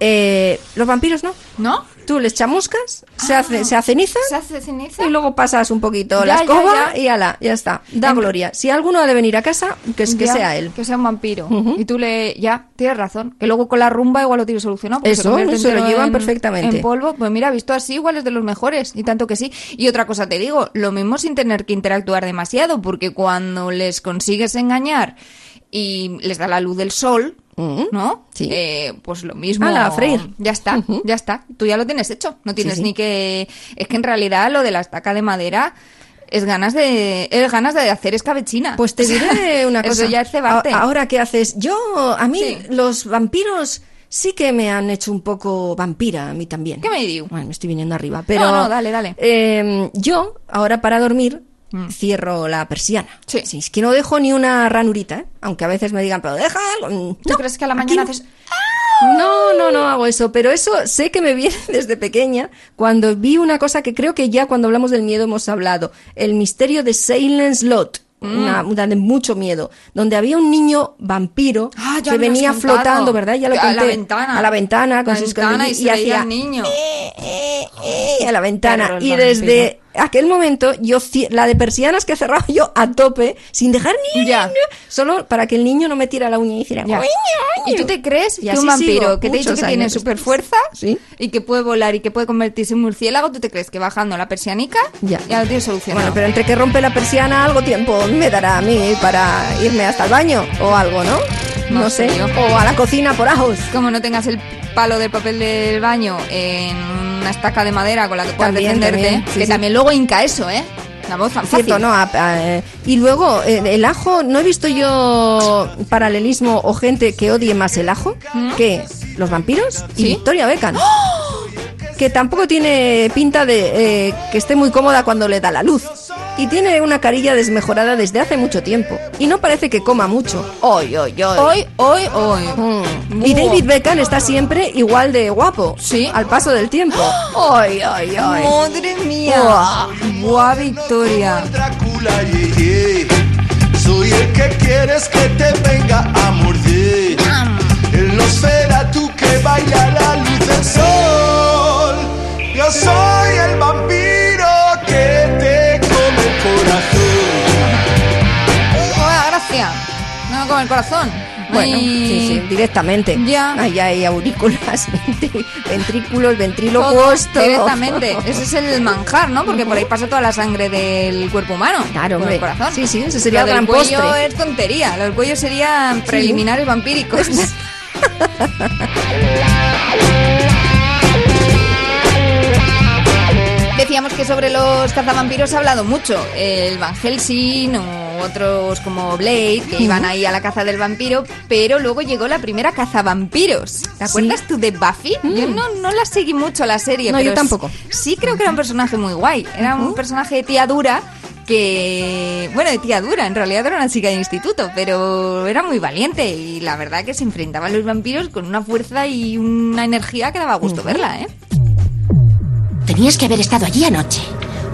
Speaker 3: Eh, los vampiros no.
Speaker 2: ¿No?
Speaker 3: Tú les chamuscas, se, hace, se ceniza
Speaker 2: Ah. Se hace ceniza.
Speaker 3: y luego pasas un poquito
Speaker 2: Ya,
Speaker 3: la
Speaker 2: ya,
Speaker 3: escoba
Speaker 2: ya.
Speaker 3: y ala, ya está. Da
Speaker 2: En-
Speaker 3: gloria. Si alguno ha de venir a casa, que, es que
Speaker 2: Ya,
Speaker 3: sea él.
Speaker 2: Que sea un vampiro. Y tú le. Ya, tienes razón. Que luego con la rumba igual lo tienes solucionado. porque
Speaker 3: Eso,
Speaker 2: convierte
Speaker 3: se lo
Speaker 2: entero
Speaker 3: llevan
Speaker 2: en-
Speaker 3: perfectamente.
Speaker 2: En polvo. Pues mira, visto así, igual es de los mejores. Y tanto que sí. Y otra cosa te digo, lo mismo sin tener que interactuar demasiado, porque cuando les consigues engañar y les da la luz del sol. ¿No? Eh, pues lo mismo.
Speaker 3: Ala, a freír.
Speaker 2: Ya está, ya está. Tú ya lo tienes hecho. No tienes
Speaker 3: sí.
Speaker 2: ni que. Es que en realidad lo de la estaca de madera es ganas de. Es ganas de hacer escabechina.
Speaker 3: Pues
Speaker 2: [laughs]
Speaker 3: te diré una cosa.
Speaker 2: Eso ya es cebarte.
Speaker 3: A- Ahora, ¿qué haces? Yo, a mí,
Speaker 2: Sí.
Speaker 3: los vampiros sí que me han hecho un poco vampira, a mí también.
Speaker 2: ¿Qué me digo?
Speaker 3: Bueno, me estoy viniendo arriba, pero...
Speaker 2: No, no, dale, dale.
Speaker 3: eh, yo, ahora para dormir,
Speaker 2: Mm.
Speaker 3: cierro la persiana. Sí. Es que no dejo ni una ranurita, ¿eh? aunque a veces me digan, pero deja algo. Mm,
Speaker 2: ¿Tú
Speaker 3: No,
Speaker 2: crees que a la
Speaker 3: aquí
Speaker 2: mañana
Speaker 3: no.
Speaker 2: haces.?
Speaker 3: No, no, no hago eso, pero eso sé que me viene [laughs] desde pequeña cuando vi una cosa que creo que ya cuando hablamos del miedo hemos hablado, el misterio de Silent Slot. Una,
Speaker 2: Mm.
Speaker 3: una de mucho miedo, donde había un niño vampiro
Speaker 2: Ah, ya
Speaker 3: que
Speaker 2: me lo has
Speaker 3: venía
Speaker 2: contado.
Speaker 3: flotando, ¿verdad? Ya lo
Speaker 2: A la
Speaker 3: conté.
Speaker 2: ventana.
Speaker 3: A la ventana, con
Speaker 2: La
Speaker 3: sus
Speaker 2: ventana y
Speaker 3: escondites,
Speaker 2: se veía
Speaker 3: hacía,
Speaker 2: el niño.
Speaker 3: "Eh", a la ventana.
Speaker 2: Perro el
Speaker 3: Y
Speaker 2: vampiro.
Speaker 3: desde aquel momento, yo ci- la de persianas que cerraba yo a tope, sin dejar ni
Speaker 2: Ya.
Speaker 3: solo para que el niño no me tira la uña y hiciera.
Speaker 2: Ya.
Speaker 3: "Uy, uy".
Speaker 2: ¿Y tú te crees
Speaker 3: Y
Speaker 2: que
Speaker 3: así
Speaker 2: un vampiro
Speaker 3: sigo
Speaker 2: que te he dicho
Speaker 3: muchos
Speaker 2: que tiene
Speaker 3: años
Speaker 2: super
Speaker 3: después.
Speaker 2: fuerza
Speaker 3: Sí.
Speaker 2: y que puede volar y que puede convertirse en murciélago, ¿tú te crees que bajando la persianica
Speaker 3: Ya.
Speaker 2: lo tienes solucionado?
Speaker 3: Bueno, pero entre que rompe la persiana, algo tiempo me dará a mí para irme hasta el baño o algo, ¿no? No, sé.
Speaker 2: yo.
Speaker 3: O a la cocina por ajos.
Speaker 2: Como no tengas el palo del papel del baño en una estaca de madera con la que puedas
Speaker 3: También,
Speaker 2: defenderte,
Speaker 3: también, sí,
Speaker 2: que
Speaker 3: sí.
Speaker 2: también luego hinca eso, ¿eh? Una voz tan
Speaker 3: Cierto,
Speaker 2: fácil.
Speaker 3: ¿no? A- a- eh, y luego, eh, el ajo, no he visto yo paralelismo o gente que odie más el ajo que los vampiros y
Speaker 2: ¿Mm? ¿Sí? ¡Oh!
Speaker 3: Victoria Beckham. Que tampoco tiene pinta de eh, que esté muy cómoda cuando le da la luz. Y tiene una carilla desmejorada desde hace mucho tiempo. Y no parece que coma mucho. Hoy, hoy, hoy.
Speaker 2: Hoy, hoy, hoy.
Speaker 3: Mm. Y David Beckham está siempre igual de guapo.
Speaker 2: Sí.
Speaker 3: Al paso del tiempo. [gasps] ¡Ay, ay, ay! Oh,
Speaker 2: ¡Madre mía!
Speaker 3: Buah.
Speaker 2: ¡Buah, Victoria!
Speaker 16: Drácula, ye, ye. Soy el que quieres que te venga a morder. Él no será tú que baila a la luz del sol. Yo soy el vampiro que te come el corazón.
Speaker 2: ¡Buah, gracias! No me come el corazón.
Speaker 3: Bueno,
Speaker 2: Ay.
Speaker 3: sí, sí, directamente.
Speaker 2: Ya.
Speaker 3: Ahí hay aurículas, [laughs] ventrí- ventrículos,
Speaker 2: Todo,
Speaker 3: ventrílocos, todo. [laughs]
Speaker 2: Directamente. Ese es el manjar, ¿no? Porque por ahí pasa toda la sangre del cuerpo humano.
Speaker 3: Claro,
Speaker 2: por el
Speaker 3: hombre.
Speaker 2: corazón.
Speaker 3: Sí, sí, ese sería
Speaker 2: Lo
Speaker 3: el
Speaker 2: del
Speaker 3: gran
Speaker 2: cuello
Speaker 3: postre.
Speaker 2: es tontería. Lo del cuello serían preliminares
Speaker 3: [laughs]
Speaker 2: vampíricos. Decíamos que sobre los cazavampiros se ha hablado mucho. El Van Helsing o otros como Blade, que iban ahí a la caza del vampiro, pero luego llegó la primera cazavampiros. ¿Te acuerdas tú de Buffy? Yo no, no la seguí mucho la serie.
Speaker 3: Mm. No,
Speaker 2: pero
Speaker 3: yo tampoco. Uh-huh.
Speaker 2: Sí creo que era un personaje muy guay. Era un personaje de tía dura que... Bueno, de tía dura. En realidad era una chica de instituto, pero era muy valiente y la verdad que se enfrentaba a los vampiros con una fuerza y una energía que daba gusto verla, ¿eh?
Speaker 14: Tenías que haber estado allí anoche,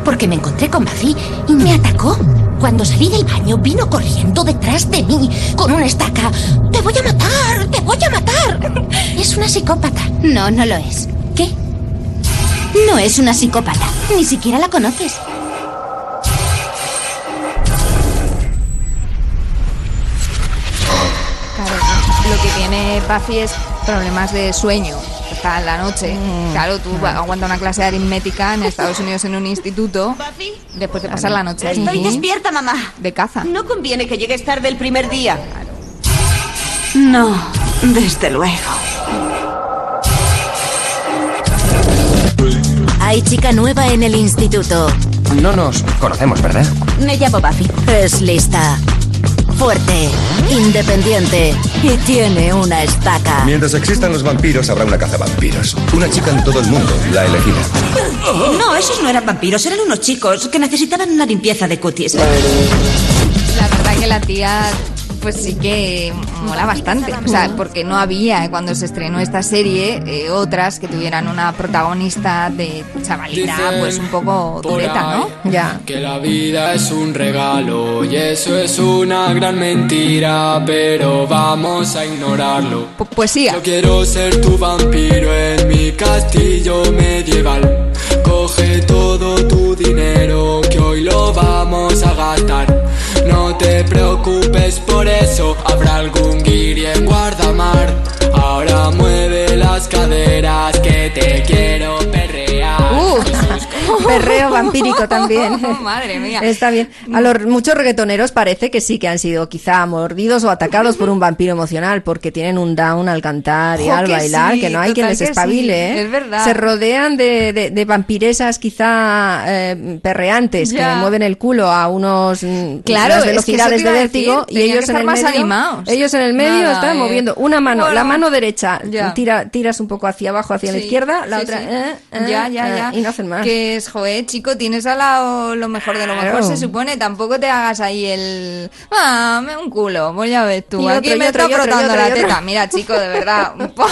Speaker 14: porque me encontré con Buffy y me atacó. Cuando salí del baño, vino corriendo detrás de mí con una estaca. ¡Te voy a matar! ¡Te voy a matar! Es una psicópata. No, no lo es. ¿Qué? No es una psicópata. Ni siquiera la conoces.
Speaker 2: Claro, lo que tiene Buffy es problemas de sueño. Está en la noche. Mm. claro, tú aguanta una clase de aritmética en Estados Unidos en un instituto después de pasar la noche ahí
Speaker 17: Estoy despierta, mamá.
Speaker 2: de caza.
Speaker 17: No conviene que llegues tarde el primer día.
Speaker 15: No, desde luego. Hay chica nueva en el instituto.
Speaker 18: No nos conocemos, ¿verdad?
Speaker 15: Me llamo Buffy. Es lista, fuerte, independiente y tiene una estaca.
Speaker 19: Mientras existan los vampiros, habrá una caza vampiros. Una chica en todo el mundo, la elegida.
Speaker 17: No, esos no eran vampiros, eran unos chicos que necesitaban una limpieza de cutis.
Speaker 2: La verdad que la tía, pues sí que mola bastante. O sea, porque no había eh, cuando se estrenó esta serie eh, otras que tuvieran una protagonista de chavalita,
Speaker 19: Dicen
Speaker 2: pues un poco
Speaker 19: por
Speaker 2: dureta,
Speaker 19: ahí
Speaker 2: ¿no? Ya.
Speaker 19: Que la vida es un regalo y eso es una gran mentira, pero vamos a ignorarlo.
Speaker 2: Pues, poesía.
Speaker 19: Yo quiero ser tu vampiro en mi castillo medieval. Coge todo tu dinero que hoy lo vamos a gastar. No te preocupes por eso, habrá algún guiri en guardamar. Ahora mueve las caderas que te quiero perrear.
Speaker 2: [laughs]
Speaker 17: [laughs]
Speaker 3: Uh, perreo vampírico también.
Speaker 2: Madre mía.
Speaker 3: Está bien. A
Speaker 2: mm.
Speaker 3: los muchos reggaetoneros parece que sí que han sido quizá mordidos o atacados por un vampiro emocional porque tienen un down al cantar y
Speaker 2: Jo,
Speaker 3: al
Speaker 2: que
Speaker 3: bailar,
Speaker 2: sí,
Speaker 3: que no hay quien
Speaker 2: total
Speaker 3: les
Speaker 2: que sí,
Speaker 3: espabile. ¿eh?
Speaker 2: es verdad.
Speaker 3: Se rodean de, de- de vampiresas quizá eh, perreantes que
Speaker 2: Ya.
Speaker 3: le mueven el culo a unos mm,
Speaker 2: Claro,
Speaker 3: unas
Speaker 2: es que eso te iba
Speaker 3: velocidades
Speaker 2: a
Speaker 3: de
Speaker 2: decir,
Speaker 3: vértigo y
Speaker 2: tenían que
Speaker 3: ellos en
Speaker 2: estar
Speaker 3: el
Speaker 2: más
Speaker 3: medio,
Speaker 2: animados.
Speaker 3: ellos en el medio
Speaker 2: Nada,
Speaker 3: están
Speaker 2: eh.
Speaker 3: moviendo una mano,
Speaker 2: Bueno.
Speaker 3: la mano derecha
Speaker 2: Ya.
Speaker 3: tira, tiras un poco hacia abajo, hacia la
Speaker 2: Sí,
Speaker 3: izquierda, la
Speaker 2: sí,
Speaker 3: otra
Speaker 2: sí.
Speaker 3: eh, eh,
Speaker 2: ya, ya,
Speaker 3: eh,
Speaker 2: ya.
Speaker 3: y no hacen más.
Speaker 2: Que es, joe, chico, tienes al lado lo mejor de lo
Speaker 3: Claro.
Speaker 2: mejor, se supone. Tampoco te hagas ahí el. Ah, me un culo, voy a ver tú.
Speaker 3: Y
Speaker 2: Aquí
Speaker 3: otro, y
Speaker 2: me está
Speaker 3: otro, y otro, y
Speaker 2: frotando
Speaker 3: otro, y
Speaker 2: la
Speaker 3: otro.
Speaker 2: teta. Mira, chico, de
Speaker 3: [laughs]
Speaker 2: verdad. pon-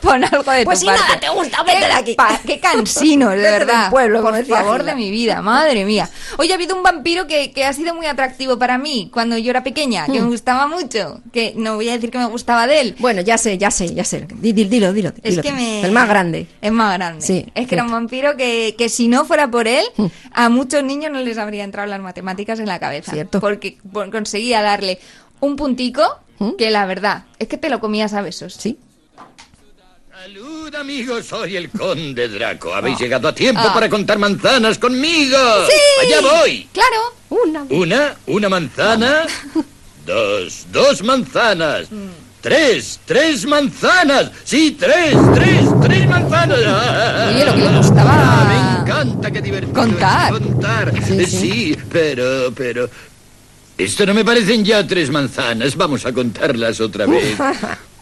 Speaker 2: Pon algo de
Speaker 3: Pues
Speaker 2: tu
Speaker 3: si nada
Speaker 2: parte.
Speaker 3: te gusta, vete
Speaker 2: Qué
Speaker 3: de aquí.
Speaker 2: pa- qué cansinos, de
Speaker 3: [laughs] Vete del
Speaker 2: verdad.
Speaker 3: pueblo, como
Speaker 2: Por
Speaker 3: decía
Speaker 2: favor
Speaker 3: Gilda.
Speaker 2: de mi vida, madre mía. Oye, ha habido un vampiro que, que ha sido muy atractivo para mí cuando yo era pequeña, que
Speaker 3: Hmm.
Speaker 2: me gustaba mucho. Que no voy a decir que me gustaba de él.
Speaker 3: Bueno, ya sé, ya sé, ya sé. Di- di- Dilo, dilo.
Speaker 2: Es
Speaker 3: dilo.
Speaker 2: que me-
Speaker 3: El más grande.
Speaker 2: Es más grande.
Speaker 3: Sí, Mm.
Speaker 2: es que era un
Speaker 3: cierto.
Speaker 2: vampiro que, que si no fuera por él, a muchos niños no les habría entrado las matemáticas en la cabeza.
Speaker 3: Cierto.
Speaker 2: Porque por- conseguía darle un puntico que la verdad es que te lo comías a besos.
Speaker 3: Mm. Sí.
Speaker 13: Salud amigos, soy el conde Draco. Habéis
Speaker 2: Ah.
Speaker 13: llegado a tiempo
Speaker 2: Ah.
Speaker 13: para contar manzanas conmigo.
Speaker 2: ¡Sí!
Speaker 13: Allá voy.
Speaker 2: Claro. Una.
Speaker 13: Una, una manzana. Dos, dos manzanas. Tres, tres manzanas. Sí, tres, tres, tres manzanas. Ah,
Speaker 2: Oye, lo que le gustaba. me
Speaker 13: encanta, qué divertido.
Speaker 2: Contar.
Speaker 13: Contar.
Speaker 2: Sí,
Speaker 13: Eh,
Speaker 2: sí.
Speaker 13: sí, pero, pero. Esto no me parecen ya tres manzanas. Vamos a contarlas
Speaker 3: [laughs]
Speaker 13: otra vez.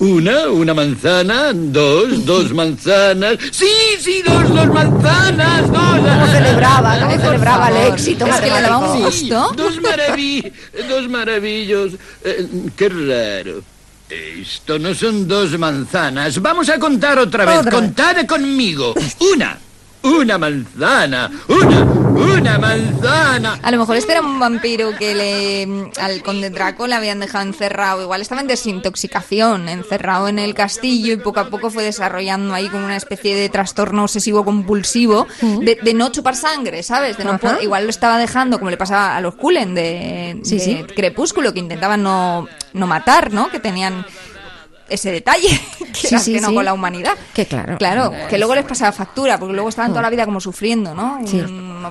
Speaker 13: Una, una manzana, dos, dos manzanas. Sí, sí, dos, dos manzanas, dos. ¿Cómo
Speaker 3: celebraba, cómo celebraba el éxito
Speaker 2: Es que le daba un gusto.
Speaker 13: dos, maravi- dos maravillos. Eh, qué raro. Esto no son dos manzanas. Vamos a contar otra vez. Contad conmigo. Una, una manzana, una, una manzana.
Speaker 2: A lo mejor este era un vampiro que le al conde Draco le habían dejado encerrado, igual estaba en desintoxicación, encerrado en el castillo y poco a poco fue desarrollando ahí como una especie de trastorno obsesivo compulsivo de, de no chupar sangre, ¿sabes? De no
Speaker 3: Ajá.
Speaker 2: po- igual lo estaba dejando como le pasaba a los Cullen de,
Speaker 3: Sí,
Speaker 2: de
Speaker 3: sí.
Speaker 2: Crepúsculo que intentaban no, no matar, ¿no? Que tenían ese detalle [laughs] que,
Speaker 3: Sí,
Speaker 2: era
Speaker 3: sí,
Speaker 2: que no
Speaker 3: sí.
Speaker 2: con la humanidad.
Speaker 3: Que claro.
Speaker 2: Claro, que luego les pasaba factura, porque luego estaban toda la vida como sufriendo, ¿no?
Speaker 3: Ah. Sí.
Speaker 2: Un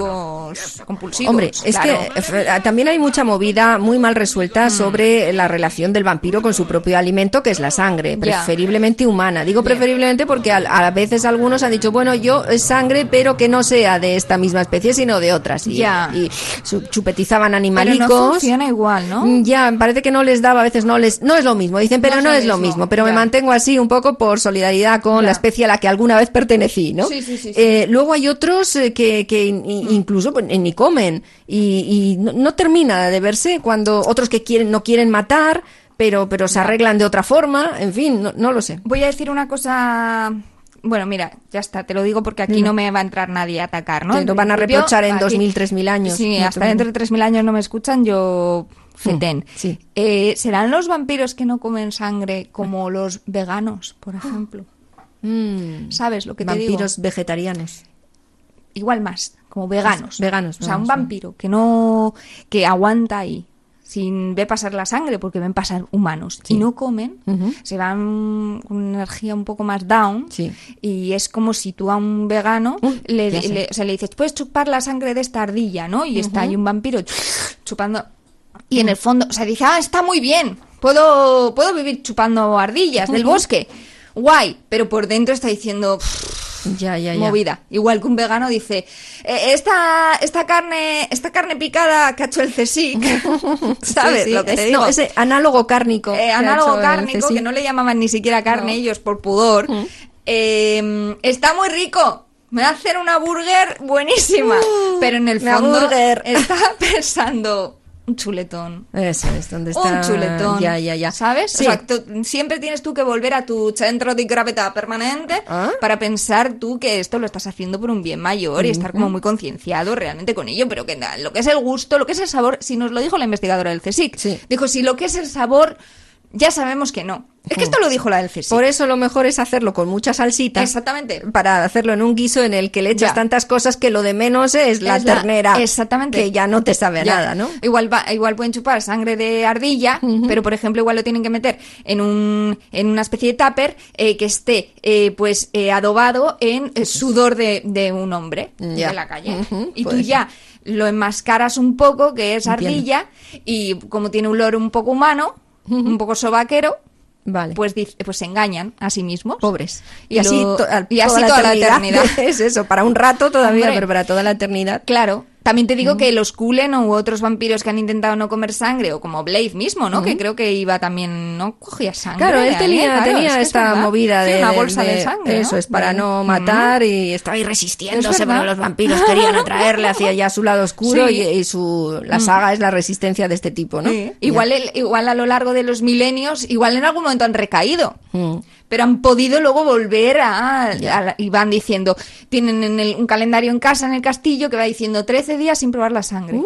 Speaker 2: obsesivos compulsivos.
Speaker 3: Hombre, es
Speaker 2: claro. Mm.
Speaker 3: que eh, f- también hay mucha movida muy mal resuelta sobre la relación del vampiro con su propio alimento, que es la sangre,
Speaker 2: Ya.
Speaker 3: preferiblemente humana. Digo preferiblemente porque al- a, veces algunos han dicho, bueno, yo es sangre, pero que no sea de esta misma especie, sino de otras. Y,
Speaker 2: Ya.
Speaker 3: y su- chupetizaban
Speaker 2: Pero
Speaker 3: animalicos.
Speaker 2: no funciona igual, ¿no?
Speaker 3: Mm, Ya, parece que no les daba, a veces no les, no es lo mismo, dicen, pero
Speaker 2: No es
Speaker 3: no,
Speaker 2: lo
Speaker 3: es lo
Speaker 2: mismo,
Speaker 3: mismo, pero
Speaker 2: ya.
Speaker 3: me mantengo así un poco por solidaridad con la especie a la que alguna vez pertenecí, ¿no?
Speaker 2: Sí, sí, sí, sí.
Speaker 3: Eh, luego hay otros eh, que, que in- in- incluso pues, ni comen y, y no, no termina de verse cuando otros que quieren, no quieren matar, pero, pero se arreglan de otra forma, en fin, no, no lo sé.
Speaker 2: Voy a decir una cosa. Bueno, mira, ya está, te lo digo porque aquí
Speaker 3: Dime.
Speaker 2: no me va a entrar nadie a atacar, ¿no?
Speaker 3: Te
Speaker 2: En
Speaker 3: lo van a
Speaker 2: principio,
Speaker 3: reprochar en
Speaker 2: aquí-
Speaker 3: 2000, 3000 años.
Speaker 2: Sí,
Speaker 3: No te
Speaker 2: hasta dentro de 3.000 años no me escuchan, yo. Fetén.
Speaker 3: Mm, sí.
Speaker 2: Eh, ¿Serán los vampiros que no comen sangre como los veganos, por ejemplo?
Speaker 3: Mm,
Speaker 2: ¿Sabes lo que te digo?
Speaker 3: vampiros vegetarianos.
Speaker 2: igual más, como veganos.
Speaker 3: Veganos,
Speaker 2: O sea, un
Speaker 3: veganos, sí.
Speaker 2: vampiro que no. que aguanta ahí, sin ver pasar la sangre, porque ven pasar humanos y no comen,
Speaker 3: Ujú.
Speaker 2: se van con una energía un poco más down.
Speaker 3: Sí.
Speaker 2: Y es como si tú a un vegano le,
Speaker 3: ya sé.
Speaker 2: le- o sea, le dices, puedes chupar la sangre de esta ardilla, ¿no? Y está ahí un vampiro chu- chupando.
Speaker 3: Mm.
Speaker 2: Y en el fondo, o sea, dice, ah, está muy bien, puedo, puedo vivir chupando ardillas del
Speaker 3: Ujú.
Speaker 2: bosque. Guay, pero por dentro está diciendo,
Speaker 3: Ya, ya, ya.
Speaker 2: movida. Igual que un vegano dice, "Eh, esta, esta carne, esta carne picada que ha hecho el
Speaker 3: [laughs]
Speaker 2: CSIC, ¿sabes
Speaker 3: Sí, sí,
Speaker 2: lo que te
Speaker 3: es-
Speaker 2: digo?
Speaker 3: no, ese análogo cárnico.
Speaker 2: Eh,
Speaker 3: que ha hecho
Speaker 2: análogo
Speaker 3: el
Speaker 2: cárnico,
Speaker 3: Ceci. Mm.
Speaker 2: que no le llamaban ni siquiera carne ellos por pudor. Eh, Em, está muy rico. Me va a hacer una burger buenísima.
Speaker 3: Uh,
Speaker 2: pero en el
Speaker 3: una
Speaker 2: fondo
Speaker 3: burger.
Speaker 2: está [laughs] pensando un chuletón.
Speaker 3: Eso es, donde está.
Speaker 2: Un chuletón.
Speaker 3: Ya, ya, ya.
Speaker 2: ¿Sabes?
Speaker 3: Sí.
Speaker 2: O sea, tú- siempre tienes tú que volver a tu centro de gravedad permanente
Speaker 3: Ah.
Speaker 2: para pensar tú que esto lo estás haciendo por un bien mayor y estar como muy concienciado realmente con ello, pero que nada, lo que es el gusto, lo que es el sabor, si nos lo dijo la investigadora del CSIC, dijo, si lo que es el sabor, ya sabemos que no. Es que esto lo dijo la del CSIC.
Speaker 3: Por eso lo mejor es hacerlo con mucha salsita.
Speaker 2: Exactamente.
Speaker 3: Para hacerlo en un guiso en el que le echas
Speaker 2: Ya.
Speaker 3: tantas cosas que lo de menos es la
Speaker 2: Es la-
Speaker 3: ternera.
Speaker 2: exactamente.
Speaker 3: Que ya no te sabe a
Speaker 2: Ya.
Speaker 3: nada, ¿no?
Speaker 2: Igual, va- igual pueden chupar sangre de ardilla, pero por ejemplo igual lo tienen que meter en, un, en una especie de tupper eh, que esté eh, pues eh, adobado en eh, sudor de, de un hombre
Speaker 3: Ya.
Speaker 2: de la calle.
Speaker 3: Ujú,
Speaker 2: y tú
Speaker 3: puede
Speaker 2: ya lo enmascaras un poco, que es
Speaker 3: Entiendo.
Speaker 2: ardilla, y como tiene un olor un poco humano, un poco sobaquero,
Speaker 3: Vale.
Speaker 2: pues, dice- pues se engañan a sí mismos.
Speaker 3: Pobres.
Speaker 2: Y así
Speaker 3: lo-
Speaker 2: to- al-
Speaker 3: y así toda, la eternidad. [laughs] es eso, para un rato todavía,
Speaker 2: Hombre.
Speaker 3: pero para toda la eternidad.
Speaker 2: Claro. También te digo que los Cullen u otros vampiros que han intentado no comer sangre, o como Blade mismo, ¿no? Que
Speaker 3: Ujú.
Speaker 2: creo que iba también, ¿no? Cogía sangre.
Speaker 3: Claro, él
Speaker 2: ¿eh?
Speaker 3: tenía,
Speaker 2: Claro,
Speaker 3: tenía
Speaker 2: es que es
Speaker 3: esta
Speaker 2: verdad.
Speaker 3: movida
Speaker 2: Sí,
Speaker 3: de
Speaker 2: una bolsa de,
Speaker 3: de-
Speaker 2: sangre.
Speaker 3: Eso
Speaker 2: ¿no?
Speaker 3: es, para no
Speaker 2: Mm.
Speaker 3: matar y estaba ahí resistiéndose,
Speaker 2: Es verdad.
Speaker 3: pero los vampiros querían atraerle hacia allá [laughs] su lado oscuro
Speaker 2: Sí.
Speaker 3: y, y su la
Speaker 2: Mm.
Speaker 3: saga es la resistencia de este tipo, ¿no?
Speaker 2: Sí. Igual, el- igual a lo largo de los milenios, igual en algún momento han recaído.
Speaker 3: Mm.
Speaker 2: Pero han podido luego volver a, a la- y van diciendo, tienen en el- un calendario en casa, en el castillo, que va diciendo 13 días sin probar la sangre.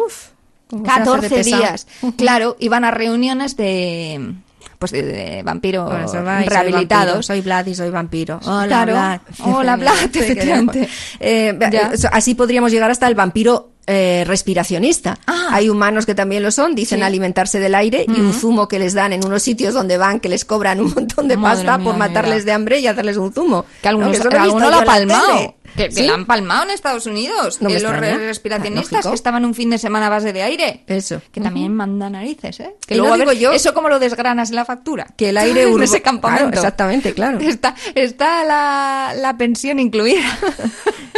Speaker 3: Como se hace de
Speaker 2: 14
Speaker 3: pesado.
Speaker 2: días. Claro, y van a reuniones de pues de, de vampiros
Speaker 3: Bueno, se va y soy
Speaker 2: Oh,
Speaker 3: vampiro,
Speaker 2: rehabilitados.
Speaker 3: Soy Vlad y soy vampiro. Hola,
Speaker 2: Claro.
Speaker 3: Vlad. [laughs]
Speaker 2: Hola, Vlad,
Speaker 3: Te
Speaker 2: efectivamente.
Speaker 3: queremos. Eh, ve-
Speaker 2: Ya.
Speaker 3: eh, so- así podríamos llegar hasta el vampiro eh, respiracionista. Hay humanos que también lo son, dicen
Speaker 2: Ah. Sí.
Speaker 3: alimentarse del aire y un zumo que les dan en unos sitios donde van, que les cobran un montón de
Speaker 2: Madre
Speaker 3: pasta
Speaker 2: mía,
Speaker 3: por
Speaker 2: mira.
Speaker 3: matarles de hambre y hacerles un zumo.
Speaker 2: Que algunos,
Speaker 3: eso lo he visto
Speaker 2: alguno
Speaker 3: yo
Speaker 2: lo ha
Speaker 3: en la
Speaker 2: palmado.
Speaker 3: tele.
Speaker 2: Que, que
Speaker 3: Sí.
Speaker 2: la han palmado en Estados Unidos.
Speaker 3: No me
Speaker 2: de los
Speaker 3: extraña.
Speaker 2: re- respiracionistas
Speaker 3: Lógico.
Speaker 2: que estaban un fin de semana a base de aire.
Speaker 3: Eso.
Speaker 2: Que también manda narices, ¿eh? Que
Speaker 3: Y no
Speaker 2: luego a ver,
Speaker 3: digo yo-
Speaker 2: Eso como lo desgranas en la factura.
Speaker 3: [laughs] Que
Speaker 2: [laughs]
Speaker 3: el aire
Speaker 2: En
Speaker 3: urbano.
Speaker 2: ese campamento.
Speaker 3: exactamente,
Speaker 2: [laughs]
Speaker 3: claro.
Speaker 2: Está, está la, la pensión incluida.
Speaker 3: [laughs]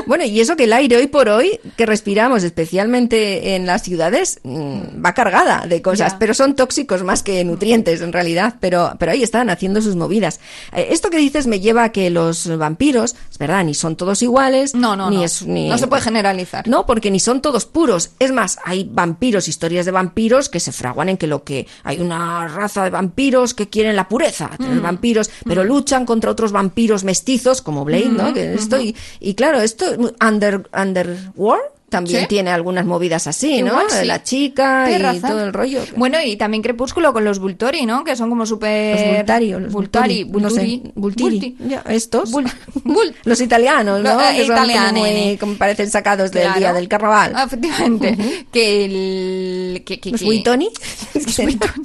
Speaker 3: Bueno, y eso que el aire hoy por hoy que respiramos, especialmente en las ciudades, mm, va cargada de cosas,
Speaker 2: Ya.
Speaker 3: pero son tóxicos más que nutrientes en realidad, pero, pero ahí están haciendo sus movidas. Eh, esto que dices me lleva a que los vampiros, es verdad, ni son todos iguales,
Speaker 2: No, no,
Speaker 3: ni
Speaker 2: no.
Speaker 3: es ni-
Speaker 2: No se puede generalizar.
Speaker 3: No, porque ni son todos puros. Es más, hay vampiros, historias de vampiros que se fraguan en que lo que hay una raza de vampiros que quieren la pureza, tener
Speaker 2: Mm.
Speaker 3: vampiros, pero luchan contra otros vampiros mestizos como Blade,
Speaker 2: Mm-hmm,
Speaker 3: ¿no? Que esto y, y claro, esto Under Underworld también
Speaker 2: Sí.
Speaker 3: tiene algunas movidas así, ¿no?
Speaker 2: Igual sí.
Speaker 3: La chica y
Speaker 2: Tienes razón.
Speaker 3: todo el rollo.
Speaker 2: Bueno, y también Crepúsculo con los Vultori, ¿no? Que son como súper...
Speaker 3: Los Vultari o los
Speaker 2: eh, Vultari,
Speaker 3: Vulturi, no sé,
Speaker 2: Vulturi.
Speaker 3: Vultiri.
Speaker 2: Vulti.
Speaker 3: Ya, estos. [laughs]
Speaker 2: Vul- Vul-
Speaker 3: Los italianos, ¿no?
Speaker 2: Lo- eh,
Speaker 3: Que son como
Speaker 2: italiani.
Speaker 3: muy- como parecen sacados del
Speaker 2: Claro.
Speaker 3: día del carnaval.
Speaker 2: Ah, Efectivamente. Que el... Que, que,
Speaker 3: Los
Speaker 2: que-
Speaker 3: Buitoni.
Speaker 2: [laughs]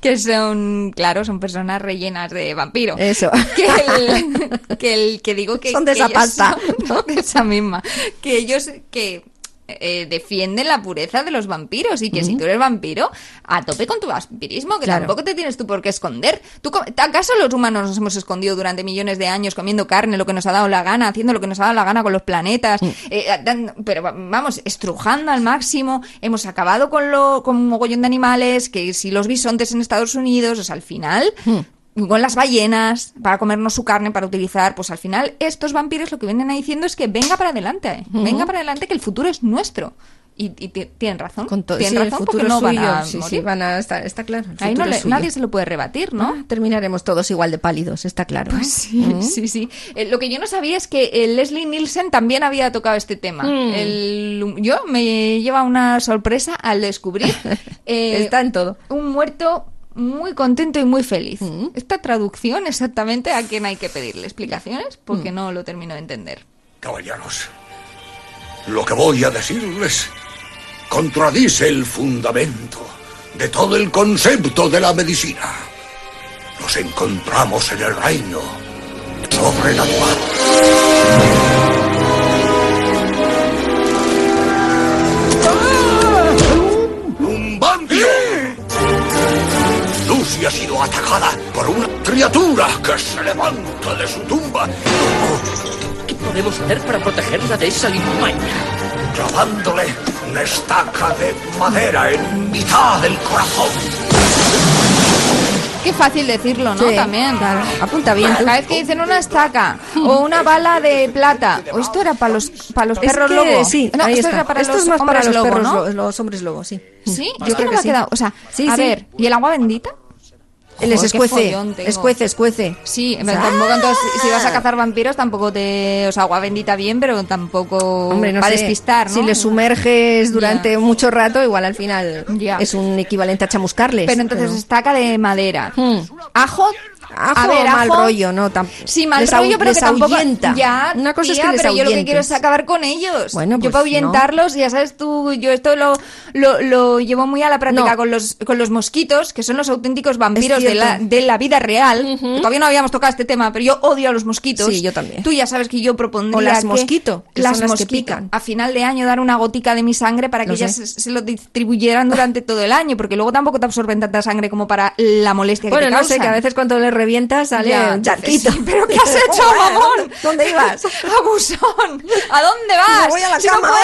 Speaker 2: que son, claro, son personas rellenas de vampiro.
Speaker 3: Eso.
Speaker 2: Que el que, el- que digo que
Speaker 3: Son de
Speaker 2: que
Speaker 3: esa
Speaker 2: ellos
Speaker 3: pasta,
Speaker 2: son- ¿no? de esa misma. Que ellos que eh, defienden la pureza de los vampiros y que si tú eres vampiro, a tope con tu vampirismo, que
Speaker 3: Claro.
Speaker 2: tampoco te tienes tú por qué esconder. ¿Tú, co- ¿Acaso los humanos nos hemos escondido durante millones de años comiendo carne, lo que nos ha dado la gana, haciendo lo que nos ha dado la gana con los
Speaker 3: Mm.
Speaker 2: planetas? eh, dan- pero va- vamos, estrujando al máximo, hemos acabado con, lo, con un mogollón de animales, que si los bisontes en Estados Unidos, o sea, al final
Speaker 3: Mm.
Speaker 2: con las ballenas, para comernos su carne, para utilizar, pues al final estos vampiros lo que vienen ahí diciendo es que venga para adelante, eh, venga para adelante que el futuro es nuestro. Y, y ti- tienen razón,
Speaker 3: Con todo,
Speaker 2: tienen
Speaker 3: sí, el
Speaker 2: razón porque
Speaker 3: futuro
Speaker 2: no van
Speaker 3: suyo,
Speaker 2: a
Speaker 3: sí, sí,
Speaker 2: morir.
Speaker 3: van a estar, está claro. el
Speaker 2: Ahí no
Speaker 3: futuro
Speaker 2: le-
Speaker 3: es suyo.
Speaker 2: nadie se lo puede rebatir, ¿no?
Speaker 3: Ah, Terminaremos todos igual de pálidos, está claro.
Speaker 2: Pues sí,
Speaker 3: Mm.
Speaker 2: sí, sí. Eh, lo que yo no sabía es que eh, Leslie Nielsen también había tocado este tema. El- yo me lleva una sorpresa al [laughs] descubrir eh,
Speaker 3: Está en todo.
Speaker 2: un muerto muy contento y muy feliz. Esta traducción exactamente a quién hay que pedirle explicaciones porque no lo termino de entender.
Speaker 20: Caballeros, lo que voy a decirles contradice el fundamento de todo el concepto de la medicina. Nos encontramos en el reino sobrenatural. ¡Un vampiro! Lucy ha sido atacada por una criatura que se levanta de su tumba
Speaker 12: ¿Qué podemos hacer para protegerla de esa limaña?
Speaker 20: clavándole una estaca de madera en mitad del corazón.
Speaker 2: Qué fácil decirlo, ¿no?
Speaker 3: Sí,
Speaker 2: También.
Speaker 3: Apunta bien tú.
Speaker 2: Cada vez que dicen una estaca o una bala de plata, o esto era para los, para los perros
Speaker 3: que-
Speaker 2: lobo.
Speaker 3: Sí,
Speaker 2: no,
Speaker 3: ahí
Speaker 2: esto
Speaker 3: está.
Speaker 2: era para
Speaker 3: Esto
Speaker 2: los
Speaker 3: es más para
Speaker 2: hombres
Speaker 3: los
Speaker 2: lobo,
Speaker 3: perros,
Speaker 2: ¿no?
Speaker 3: lo- los hombres lobos, sí.
Speaker 2: Sí,
Speaker 3: Para
Speaker 2: yo creo
Speaker 3: los
Speaker 2: que ha
Speaker 3: sí.
Speaker 2: quedado. O sea,
Speaker 3: Sí,
Speaker 2: a
Speaker 3: sí.
Speaker 2: ver, ¿y el agua bendita?
Speaker 3: Les
Speaker 2: Joder, qué
Speaker 3: escuece,
Speaker 2: follón tengo.
Speaker 3: escuece, escuece.
Speaker 2: Sí,
Speaker 3: O sea,
Speaker 2: tampoco entonces, si vas a cazar vampiros tampoco te... O sea, agua bendita bien, pero tampoco
Speaker 3: Hombre, no
Speaker 2: para
Speaker 3: sé,
Speaker 2: despistar, ¿no?
Speaker 3: Si le sumerges durante mucho rato, igual al final es un equivalente a chamuscarles.
Speaker 2: Pero Hmm. entonces estaca de madera. Ajo...
Speaker 3: Ajo,
Speaker 2: a ver,
Speaker 3: mal
Speaker 2: ajo-
Speaker 3: rollo, ¿no? Tam-
Speaker 2: Sí, mal
Speaker 3: les au-
Speaker 2: rollo, pero
Speaker 3: les
Speaker 2: que tampoco...
Speaker 3: ahuyenta.
Speaker 2: Ya,
Speaker 3: Una cosa
Speaker 2: tía,
Speaker 3: es que les
Speaker 2: pero yo lo que quiero
Speaker 3: ahuyentes.
Speaker 2: es acabar con ellos.
Speaker 3: Bueno,
Speaker 2: yo
Speaker 3: pues
Speaker 2: para ahuyentarlos, ya sabes tú, yo esto lo, lo, lo llevo muy a la práctica con, los, con los mosquitos, que son los auténticos vampiros de
Speaker 3: cierto.
Speaker 2: la, de la vida real. que Todavía no habíamos tocado este tema, pero yo odio a los mosquitos.
Speaker 3: Sí, yo también.
Speaker 2: Tú ya sabes que yo propondría
Speaker 3: O las
Speaker 2: que-
Speaker 3: mosquito, que
Speaker 2: las,
Speaker 3: son las que
Speaker 2: mosquito.
Speaker 3: pican.
Speaker 2: A final de año dar una gotica de mi sangre para que
Speaker 3: Lo
Speaker 2: ellas
Speaker 3: sé.
Speaker 2: se, se lo distribuyeran durante todo el año, porque luego tampoco te absorben tanta sangre como para la molestia
Speaker 3: Bueno,
Speaker 2: que te
Speaker 3: no sé,
Speaker 2: causan.
Speaker 3: que a veces cuando le revientas sale
Speaker 2: Ya,
Speaker 3: un charquito. [laughs]
Speaker 2: sí, [laughs] pero ¿qué has hecho, mamón?
Speaker 3: ¿Dónde- [laughs] ¿Dónde ibas?
Speaker 2: [laughs] Abusón, ¿a dónde vas?
Speaker 3: Me voy a la
Speaker 2: si
Speaker 3: cama
Speaker 2: no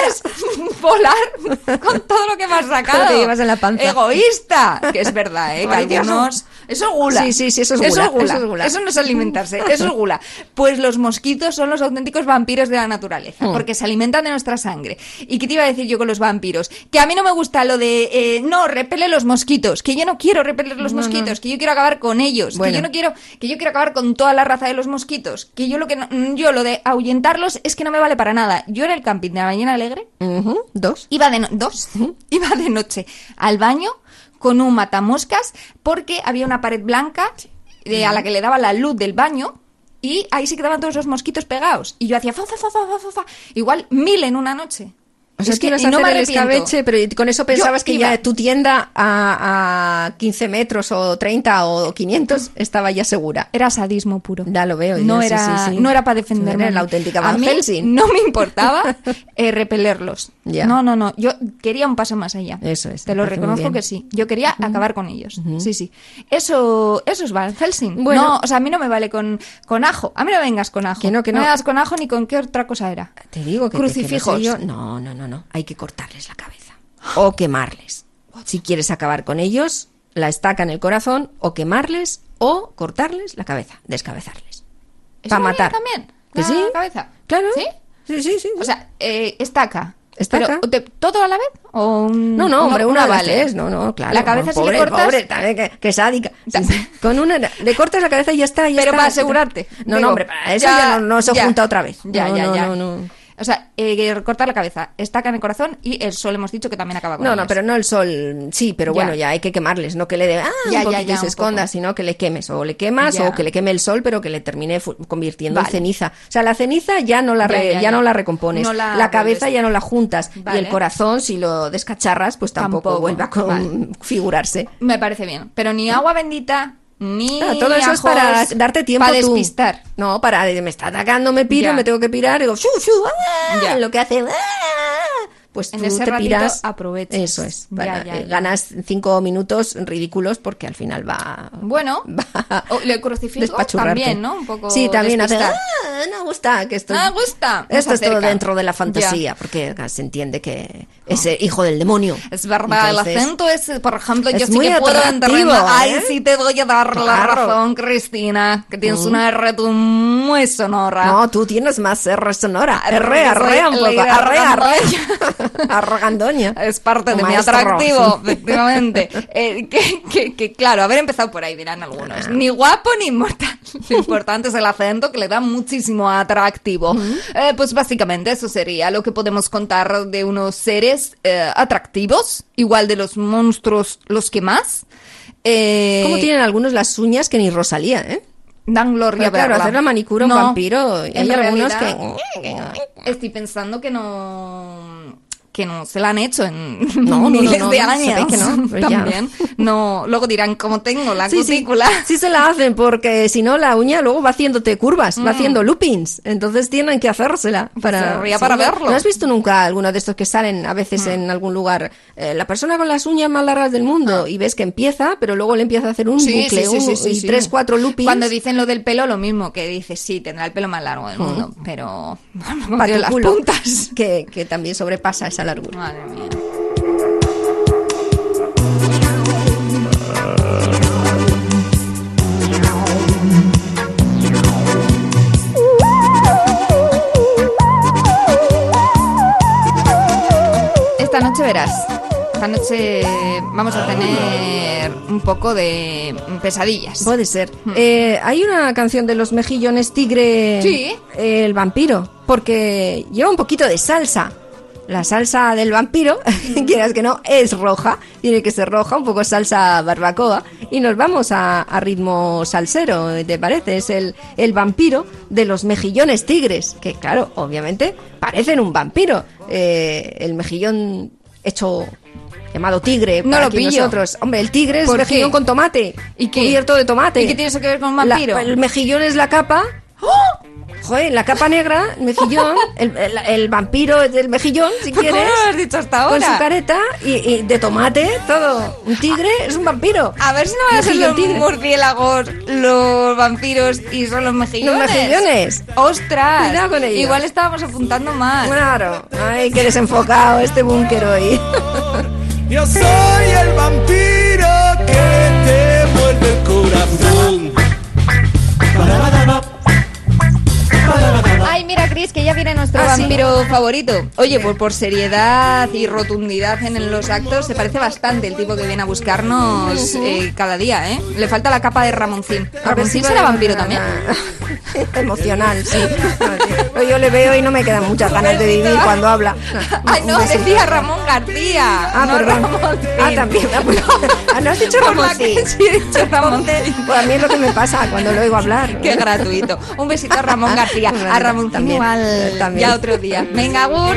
Speaker 2: puedes [laughs]
Speaker 3: [laughs]
Speaker 2: volar con todo lo que me has sacado.
Speaker 3: Todo lo que llevas en la panza.
Speaker 2: Egoísta, que es verdad,
Speaker 3: [laughs]
Speaker 2: ¿eh? Que
Speaker 3: Malicioso.
Speaker 2: algunos... Eso es gula.
Speaker 3: Sí, sí, sí, eso es gula,
Speaker 2: gula.
Speaker 3: eso es gula.
Speaker 2: Eso no es
Speaker 3: [laughs]
Speaker 2: alimentarse, eso es gula. Pues los mosquitos son los auténticos vampiros de la naturaleza,
Speaker 3: Mm.
Speaker 2: porque se alimentan de nuestra sangre. ¿Y qué te iba a decir yo con los vampiros? Que a mí no me gusta lo de, eh, no, repele los mosquitos, que yo no quiero repeler los
Speaker 3: No, no.
Speaker 2: mosquitos, que yo quiero acabar con ellos,
Speaker 3: Bueno.
Speaker 2: que yo no quiero que yo quiero acabar con toda la raza de los mosquitos, que yo lo que no- yo lo de ahuyentarlos es que no me vale para nada. Yo en el camping de la mañana alegre
Speaker 3: Ujú, Dos.
Speaker 2: iba de no- dos, [laughs] iba de noche al baño con un matamoscas porque había una pared blanca eh, a la que le daba la luz del baño y ahí se quedaban todos los mosquitos pegados y yo hacía fa fa fa fa fa, fa, fa. igual mil en una noche.
Speaker 3: O sea,
Speaker 2: Es
Speaker 3: tú ibas
Speaker 2: y
Speaker 3: a
Speaker 2: no
Speaker 3: hacer
Speaker 2: me
Speaker 3: el
Speaker 2: arrepiento.
Speaker 3: escabeche, pero y con eso pensabas
Speaker 2: Yo
Speaker 3: que
Speaker 2: iba.
Speaker 3: ya tu tienda a, a 15 metros o 30 o 500 estaba ya segura.
Speaker 2: Era sadismo puro.
Speaker 3: Ya lo veo.
Speaker 2: no
Speaker 3: ya, sí,
Speaker 2: era,
Speaker 3: sí, sí.
Speaker 2: no era para defenderme.
Speaker 3: Era la auténtica
Speaker 2: A
Speaker 3: Van
Speaker 2: mí
Speaker 3: Helsing.
Speaker 2: no me importaba
Speaker 3: [laughs]
Speaker 2: eh, repelerlos.
Speaker 3: Ya.
Speaker 2: No, no, no. Yo quería un paso más allá.
Speaker 3: Eso es.
Speaker 2: Te lo
Speaker 3: me parece muy
Speaker 2: reconozco
Speaker 3: bien.
Speaker 2: que sí. Yo quería acabar con ellos. Sí, sí. Eso, eso es Van Helsing.
Speaker 3: Bueno.
Speaker 2: no, o sea, a mí no me vale con, con ajo. A mí no vengas con ajo.
Speaker 3: Que no, que no.
Speaker 2: me vengas con ajo ni con qué otra cosa era.
Speaker 3: Te digo que que- que no sé
Speaker 2: Crucifijos.
Speaker 3: yo- No, no, no, no. Hay que cortarles
Speaker 2: [gasps]
Speaker 3: la cabeza o quemarles. Si quieres acabar con ellos, la estaca en el corazón o quemarles o cortarles la cabeza, descabezarles.
Speaker 2: Eso
Speaker 3: Para
Speaker 2: venía
Speaker 3: matar.
Speaker 2: También.
Speaker 3: ¿Que
Speaker 2: Ah,
Speaker 3: sí?
Speaker 2: cabeza.
Speaker 3: Claro.
Speaker 2: ¿Sí?
Speaker 3: Sí, sí, sí.
Speaker 2: O sea, eh, estaca.
Speaker 3: Estaca.
Speaker 2: Pero, ¿te- ¿Todo a la vez? ¿O un-
Speaker 3: No, no, hombre, una,
Speaker 2: una
Speaker 3: vez
Speaker 2: vale?
Speaker 3: No, no, claro.
Speaker 2: La cabeza si
Speaker 3: pobre,
Speaker 2: le cortas.
Speaker 3: pobre, también que, que sádica. Sí, sí. Con una, le cortas la cabeza y ya está. ya
Speaker 2: Pero
Speaker 3: está.
Speaker 2: para asegurarte.
Speaker 3: No,
Speaker 2: digo,
Speaker 3: no, hombre, para eso ya, no, no se
Speaker 2: ya,
Speaker 3: junta otra vez.
Speaker 2: Ya,
Speaker 3: No,
Speaker 2: ya,
Speaker 3: no,
Speaker 2: ya.
Speaker 3: No, no.
Speaker 2: O sea, eh, cortar la cabeza, estaca en el corazón y el sol hemos dicho que también acaba con
Speaker 3: No, no,
Speaker 2: ellas.
Speaker 3: pero no el sol, sí, pero
Speaker 2: Ya.
Speaker 3: bueno, ya hay que quemarles, no que le dé, ah, un
Speaker 2: Ya, ya,
Speaker 3: poquito
Speaker 2: ya,
Speaker 3: y se
Speaker 2: un
Speaker 3: esconda,
Speaker 2: poco.
Speaker 3: sino que le quemes, o le quemas,
Speaker 2: Ya.
Speaker 3: o que le queme el sol, pero que le termine fu- convirtiendo
Speaker 2: Vale.
Speaker 3: en ceniza. O sea, la ceniza ya no la,
Speaker 2: Ya,
Speaker 3: re-
Speaker 2: ya,
Speaker 3: ya,
Speaker 2: ya.
Speaker 3: No la recompones,
Speaker 2: No la
Speaker 3: cabeza
Speaker 2: vuelves.
Speaker 3: ya no la juntas, y
Speaker 2: Vale.
Speaker 3: el corazón, si lo descacharras, pues tampoco,
Speaker 2: Tampoco.
Speaker 3: vuelve a con-
Speaker 2: Vale.
Speaker 3: figurarse.
Speaker 2: Me parece bien. Pero ni agua bendita, ni.
Speaker 3: Claro, Ah, todo eso es
Speaker 2: ajos,
Speaker 3: para darte tiempo
Speaker 2: Para
Speaker 3: tú.
Speaker 2: despistar.
Speaker 3: No, para de- me está atacando, me piro,
Speaker 2: Ya.
Speaker 3: me tengo que pirar, digo, "Shu, shu, ah",
Speaker 2: Ya.
Speaker 3: lo que hace, "Ah", pues
Speaker 2: En
Speaker 3: tú
Speaker 2: ese
Speaker 3: te
Speaker 2: ratito
Speaker 3: piras,
Speaker 2: aprovechas.
Speaker 3: eso es,
Speaker 2: Ya,
Speaker 3: para-
Speaker 2: ya,
Speaker 3: eh,
Speaker 2: ya.
Speaker 3: ganas cinco minutos ridículos porque al final va,
Speaker 2: Bueno,
Speaker 3: va
Speaker 2: o le crucifijo
Speaker 3: despachurrarte.
Speaker 2: también, ¿no? Un poco.
Speaker 3: sí, también hace,
Speaker 2: despistar.
Speaker 3: "Ah, no gusta que esto,
Speaker 2: Ah, gusta. Nos
Speaker 3: esto es todo
Speaker 2: acerca.
Speaker 3: dentro de la fantasía porque se entiende que es el hijo del demonio,
Speaker 2: Es verdad,
Speaker 3: Entonces,
Speaker 2: el acento es, por ejemplo, yo
Speaker 3: es
Speaker 2: sí
Speaker 3: muy
Speaker 2: que puedo
Speaker 3: atractivo,
Speaker 2: entenderlo. Ay,
Speaker 3: ¿eh?
Speaker 2: sí te voy a dar la
Speaker 3: Claro.
Speaker 2: razón, Cristina, que tienes
Speaker 3: Mm.
Speaker 2: una R tú muy sonora.
Speaker 3: No, tú tienes más R sonora. R,
Speaker 2: Porque Ah, soy
Speaker 3: arrea un poco.
Speaker 2: Leida
Speaker 3: Arre, arre.
Speaker 2: Argandoña.
Speaker 3: Argandoña.
Speaker 2: Es parte de mi
Speaker 3: Maestro.
Speaker 2: atractivo, efectivamente. Eh, que, que- que, claro, haber empezado por ahí, dirán algunos. Ni guapo ni inmortal. Lo importante es el acento que le da muchísimo atractivo. Eh, pues básicamente eso sería lo que podemos contar de unos seres eh, atractivos, igual de los monstruos los que más. Eh,
Speaker 3: ¿Cómo tienen algunos las uñas que ni Rosalía, eh?
Speaker 2: Dan gloria
Speaker 3: Pero claro,
Speaker 2: verla.
Speaker 3: hacer la manicura a un vampiro, y
Speaker 2: en
Speaker 3: hay algunos
Speaker 2: realidad, Estoy pensando que no que no se la han hecho en
Speaker 3: [laughs] No, no,
Speaker 2: miles
Speaker 3: no, no,
Speaker 2: de
Speaker 3: no, se
Speaker 2: años
Speaker 3: ve que
Speaker 2: [laughs]
Speaker 3: no, pero ya.
Speaker 2: también no luego dirán cómo tengo la
Speaker 3: Sí, sí,
Speaker 2: cutícula
Speaker 3: sí se la hacen porque si no la uña luego va haciéndote curvas,
Speaker 2: Mm.
Speaker 3: va haciendo loopings, entonces tienen que hacérsela para,
Speaker 2: Sería para
Speaker 3: Sí, ¿no?
Speaker 2: verlo. Mm.
Speaker 3: ¿No has visto nunca alguno de estos que salen a veces en algún lugar? Eh, la persona con las uñas más largas del mundo y ves que empieza, pero luego le empieza a hacer un
Speaker 2: Ah. Sí,
Speaker 3: bucle
Speaker 2: sí, sí,
Speaker 3: un-
Speaker 2: sí, sí,
Speaker 3: y
Speaker 2: sí.
Speaker 3: tres, cuatro loopings.
Speaker 2: cuando dicen lo del pelo lo mismo que dices sí tendrá el pelo más largo del mundo pero [laughs]
Speaker 3: Pa'
Speaker 2: Dios,
Speaker 3: tu
Speaker 2: las
Speaker 3: culo,
Speaker 2: puntas
Speaker 3: Que, que también sobrepasa esa largura.
Speaker 2: madre mía
Speaker 7: Thank
Speaker 2: verás. Esta noche vamos a tener un poco de pesadillas. [laughs]
Speaker 3: Puede ser.
Speaker 2: Mm.
Speaker 3: Eh, hay una canción de los mejillones tigre.
Speaker 2: Sí.
Speaker 3: El vampiro. Porque lleva un poquito de salsa. La salsa del vampiro, [laughs] quieras que no, es roja. Tiene que ser roja, un poco salsa barbacoa. Y nos vamos a, a ritmo salsero, ¿te parece? Es el, el vampiro de los mejillones tigres. Que claro, obviamente parecen un vampiro. Eh, el mejillón hecho llamado tigre
Speaker 2: No
Speaker 3: para
Speaker 2: lo
Speaker 3: aquí
Speaker 2: pillo.
Speaker 3: nosotros. Hombre, el tigre es
Speaker 2: ¿Por
Speaker 3: mejillón
Speaker 2: qué?
Speaker 3: con tomate.
Speaker 2: ¿Y qué?
Speaker 3: Cubierto de tomate.
Speaker 2: ¿Y qué tiene eso que ver con un
Speaker 3: La-
Speaker 2: vampiro? ¡Oh!
Speaker 3: el mejillón es la capa. Joder, la capa negra,
Speaker 2: [laughs]
Speaker 3: el mejillón, el, el- el vampiro es el mejillón, si
Speaker 2: ¿Cómo
Speaker 3: quieres.
Speaker 2: lo has dicho hasta
Speaker 3: Con su
Speaker 2: ahora?
Speaker 3: careta y, y de tomate, todo. Un tigre es un vampiro.
Speaker 2: A ver si no van a ser los
Speaker 3: Mejillón tigre.
Speaker 2: murciélagos, los vampiros y son los mejillones.
Speaker 3: Los mejillones.
Speaker 2: ¡Ostras!
Speaker 3: Cuidado con ellos.
Speaker 2: Igual estábamos apuntando mal.
Speaker 3: Claro. Ay, qué desenfocado este búnker hoy.
Speaker 16: Yo soy el vampiro que te vuelve el corazón.
Speaker 2: Ay, mira, Chris, que ya viene nuestro
Speaker 3: ah,
Speaker 2: vampiro favorito. Oye, pues por seriedad y rotundidad en los actos, se parece bastante el tipo que viene a buscarnos
Speaker 3: Ujú.
Speaker 2: eh, cada día, ¿eh? Le falta la capa de Ramoncín.
Speaker 3: A ver si
Speaker 2: ¿Ramoncín
Speaker 3: va
Speaker 2: será
Speaker 3: a-
Speaker 2: vampiro
Speaker 3: [laughs]
Speaker 2: también?
Speaker 3: Emocional, sí. Yo le veo y no me quedan muchas ganas de vivir cuando habla. Pues
Speaker 2: Ay, no, decía Ramón García.
Speaker 3: Ah,
Speaker 2: no
Speaker 3: perdón.
Speaker 2: Ramoncín.
Speaker 3: Ah, también. Ah, pues, ah, no has dicho
Speaker 2: Por
Speaker 3: Ramón,
Speaker 2: la
Speaker 3: sí.
Speaker 2: que sí he dicho Ramón.
Speaker 3: [laughs] Pues a mí es lo que me pasa cuando lo oigo hablar.
Speaker 2: Qué gratuito. Un besito a Ramón García. A Ramón
Speaker 3: Ah, También,
Speaker 2: igual.
Speaker 3: también.
Speaker 2: Ya otro día. Venga, Gur.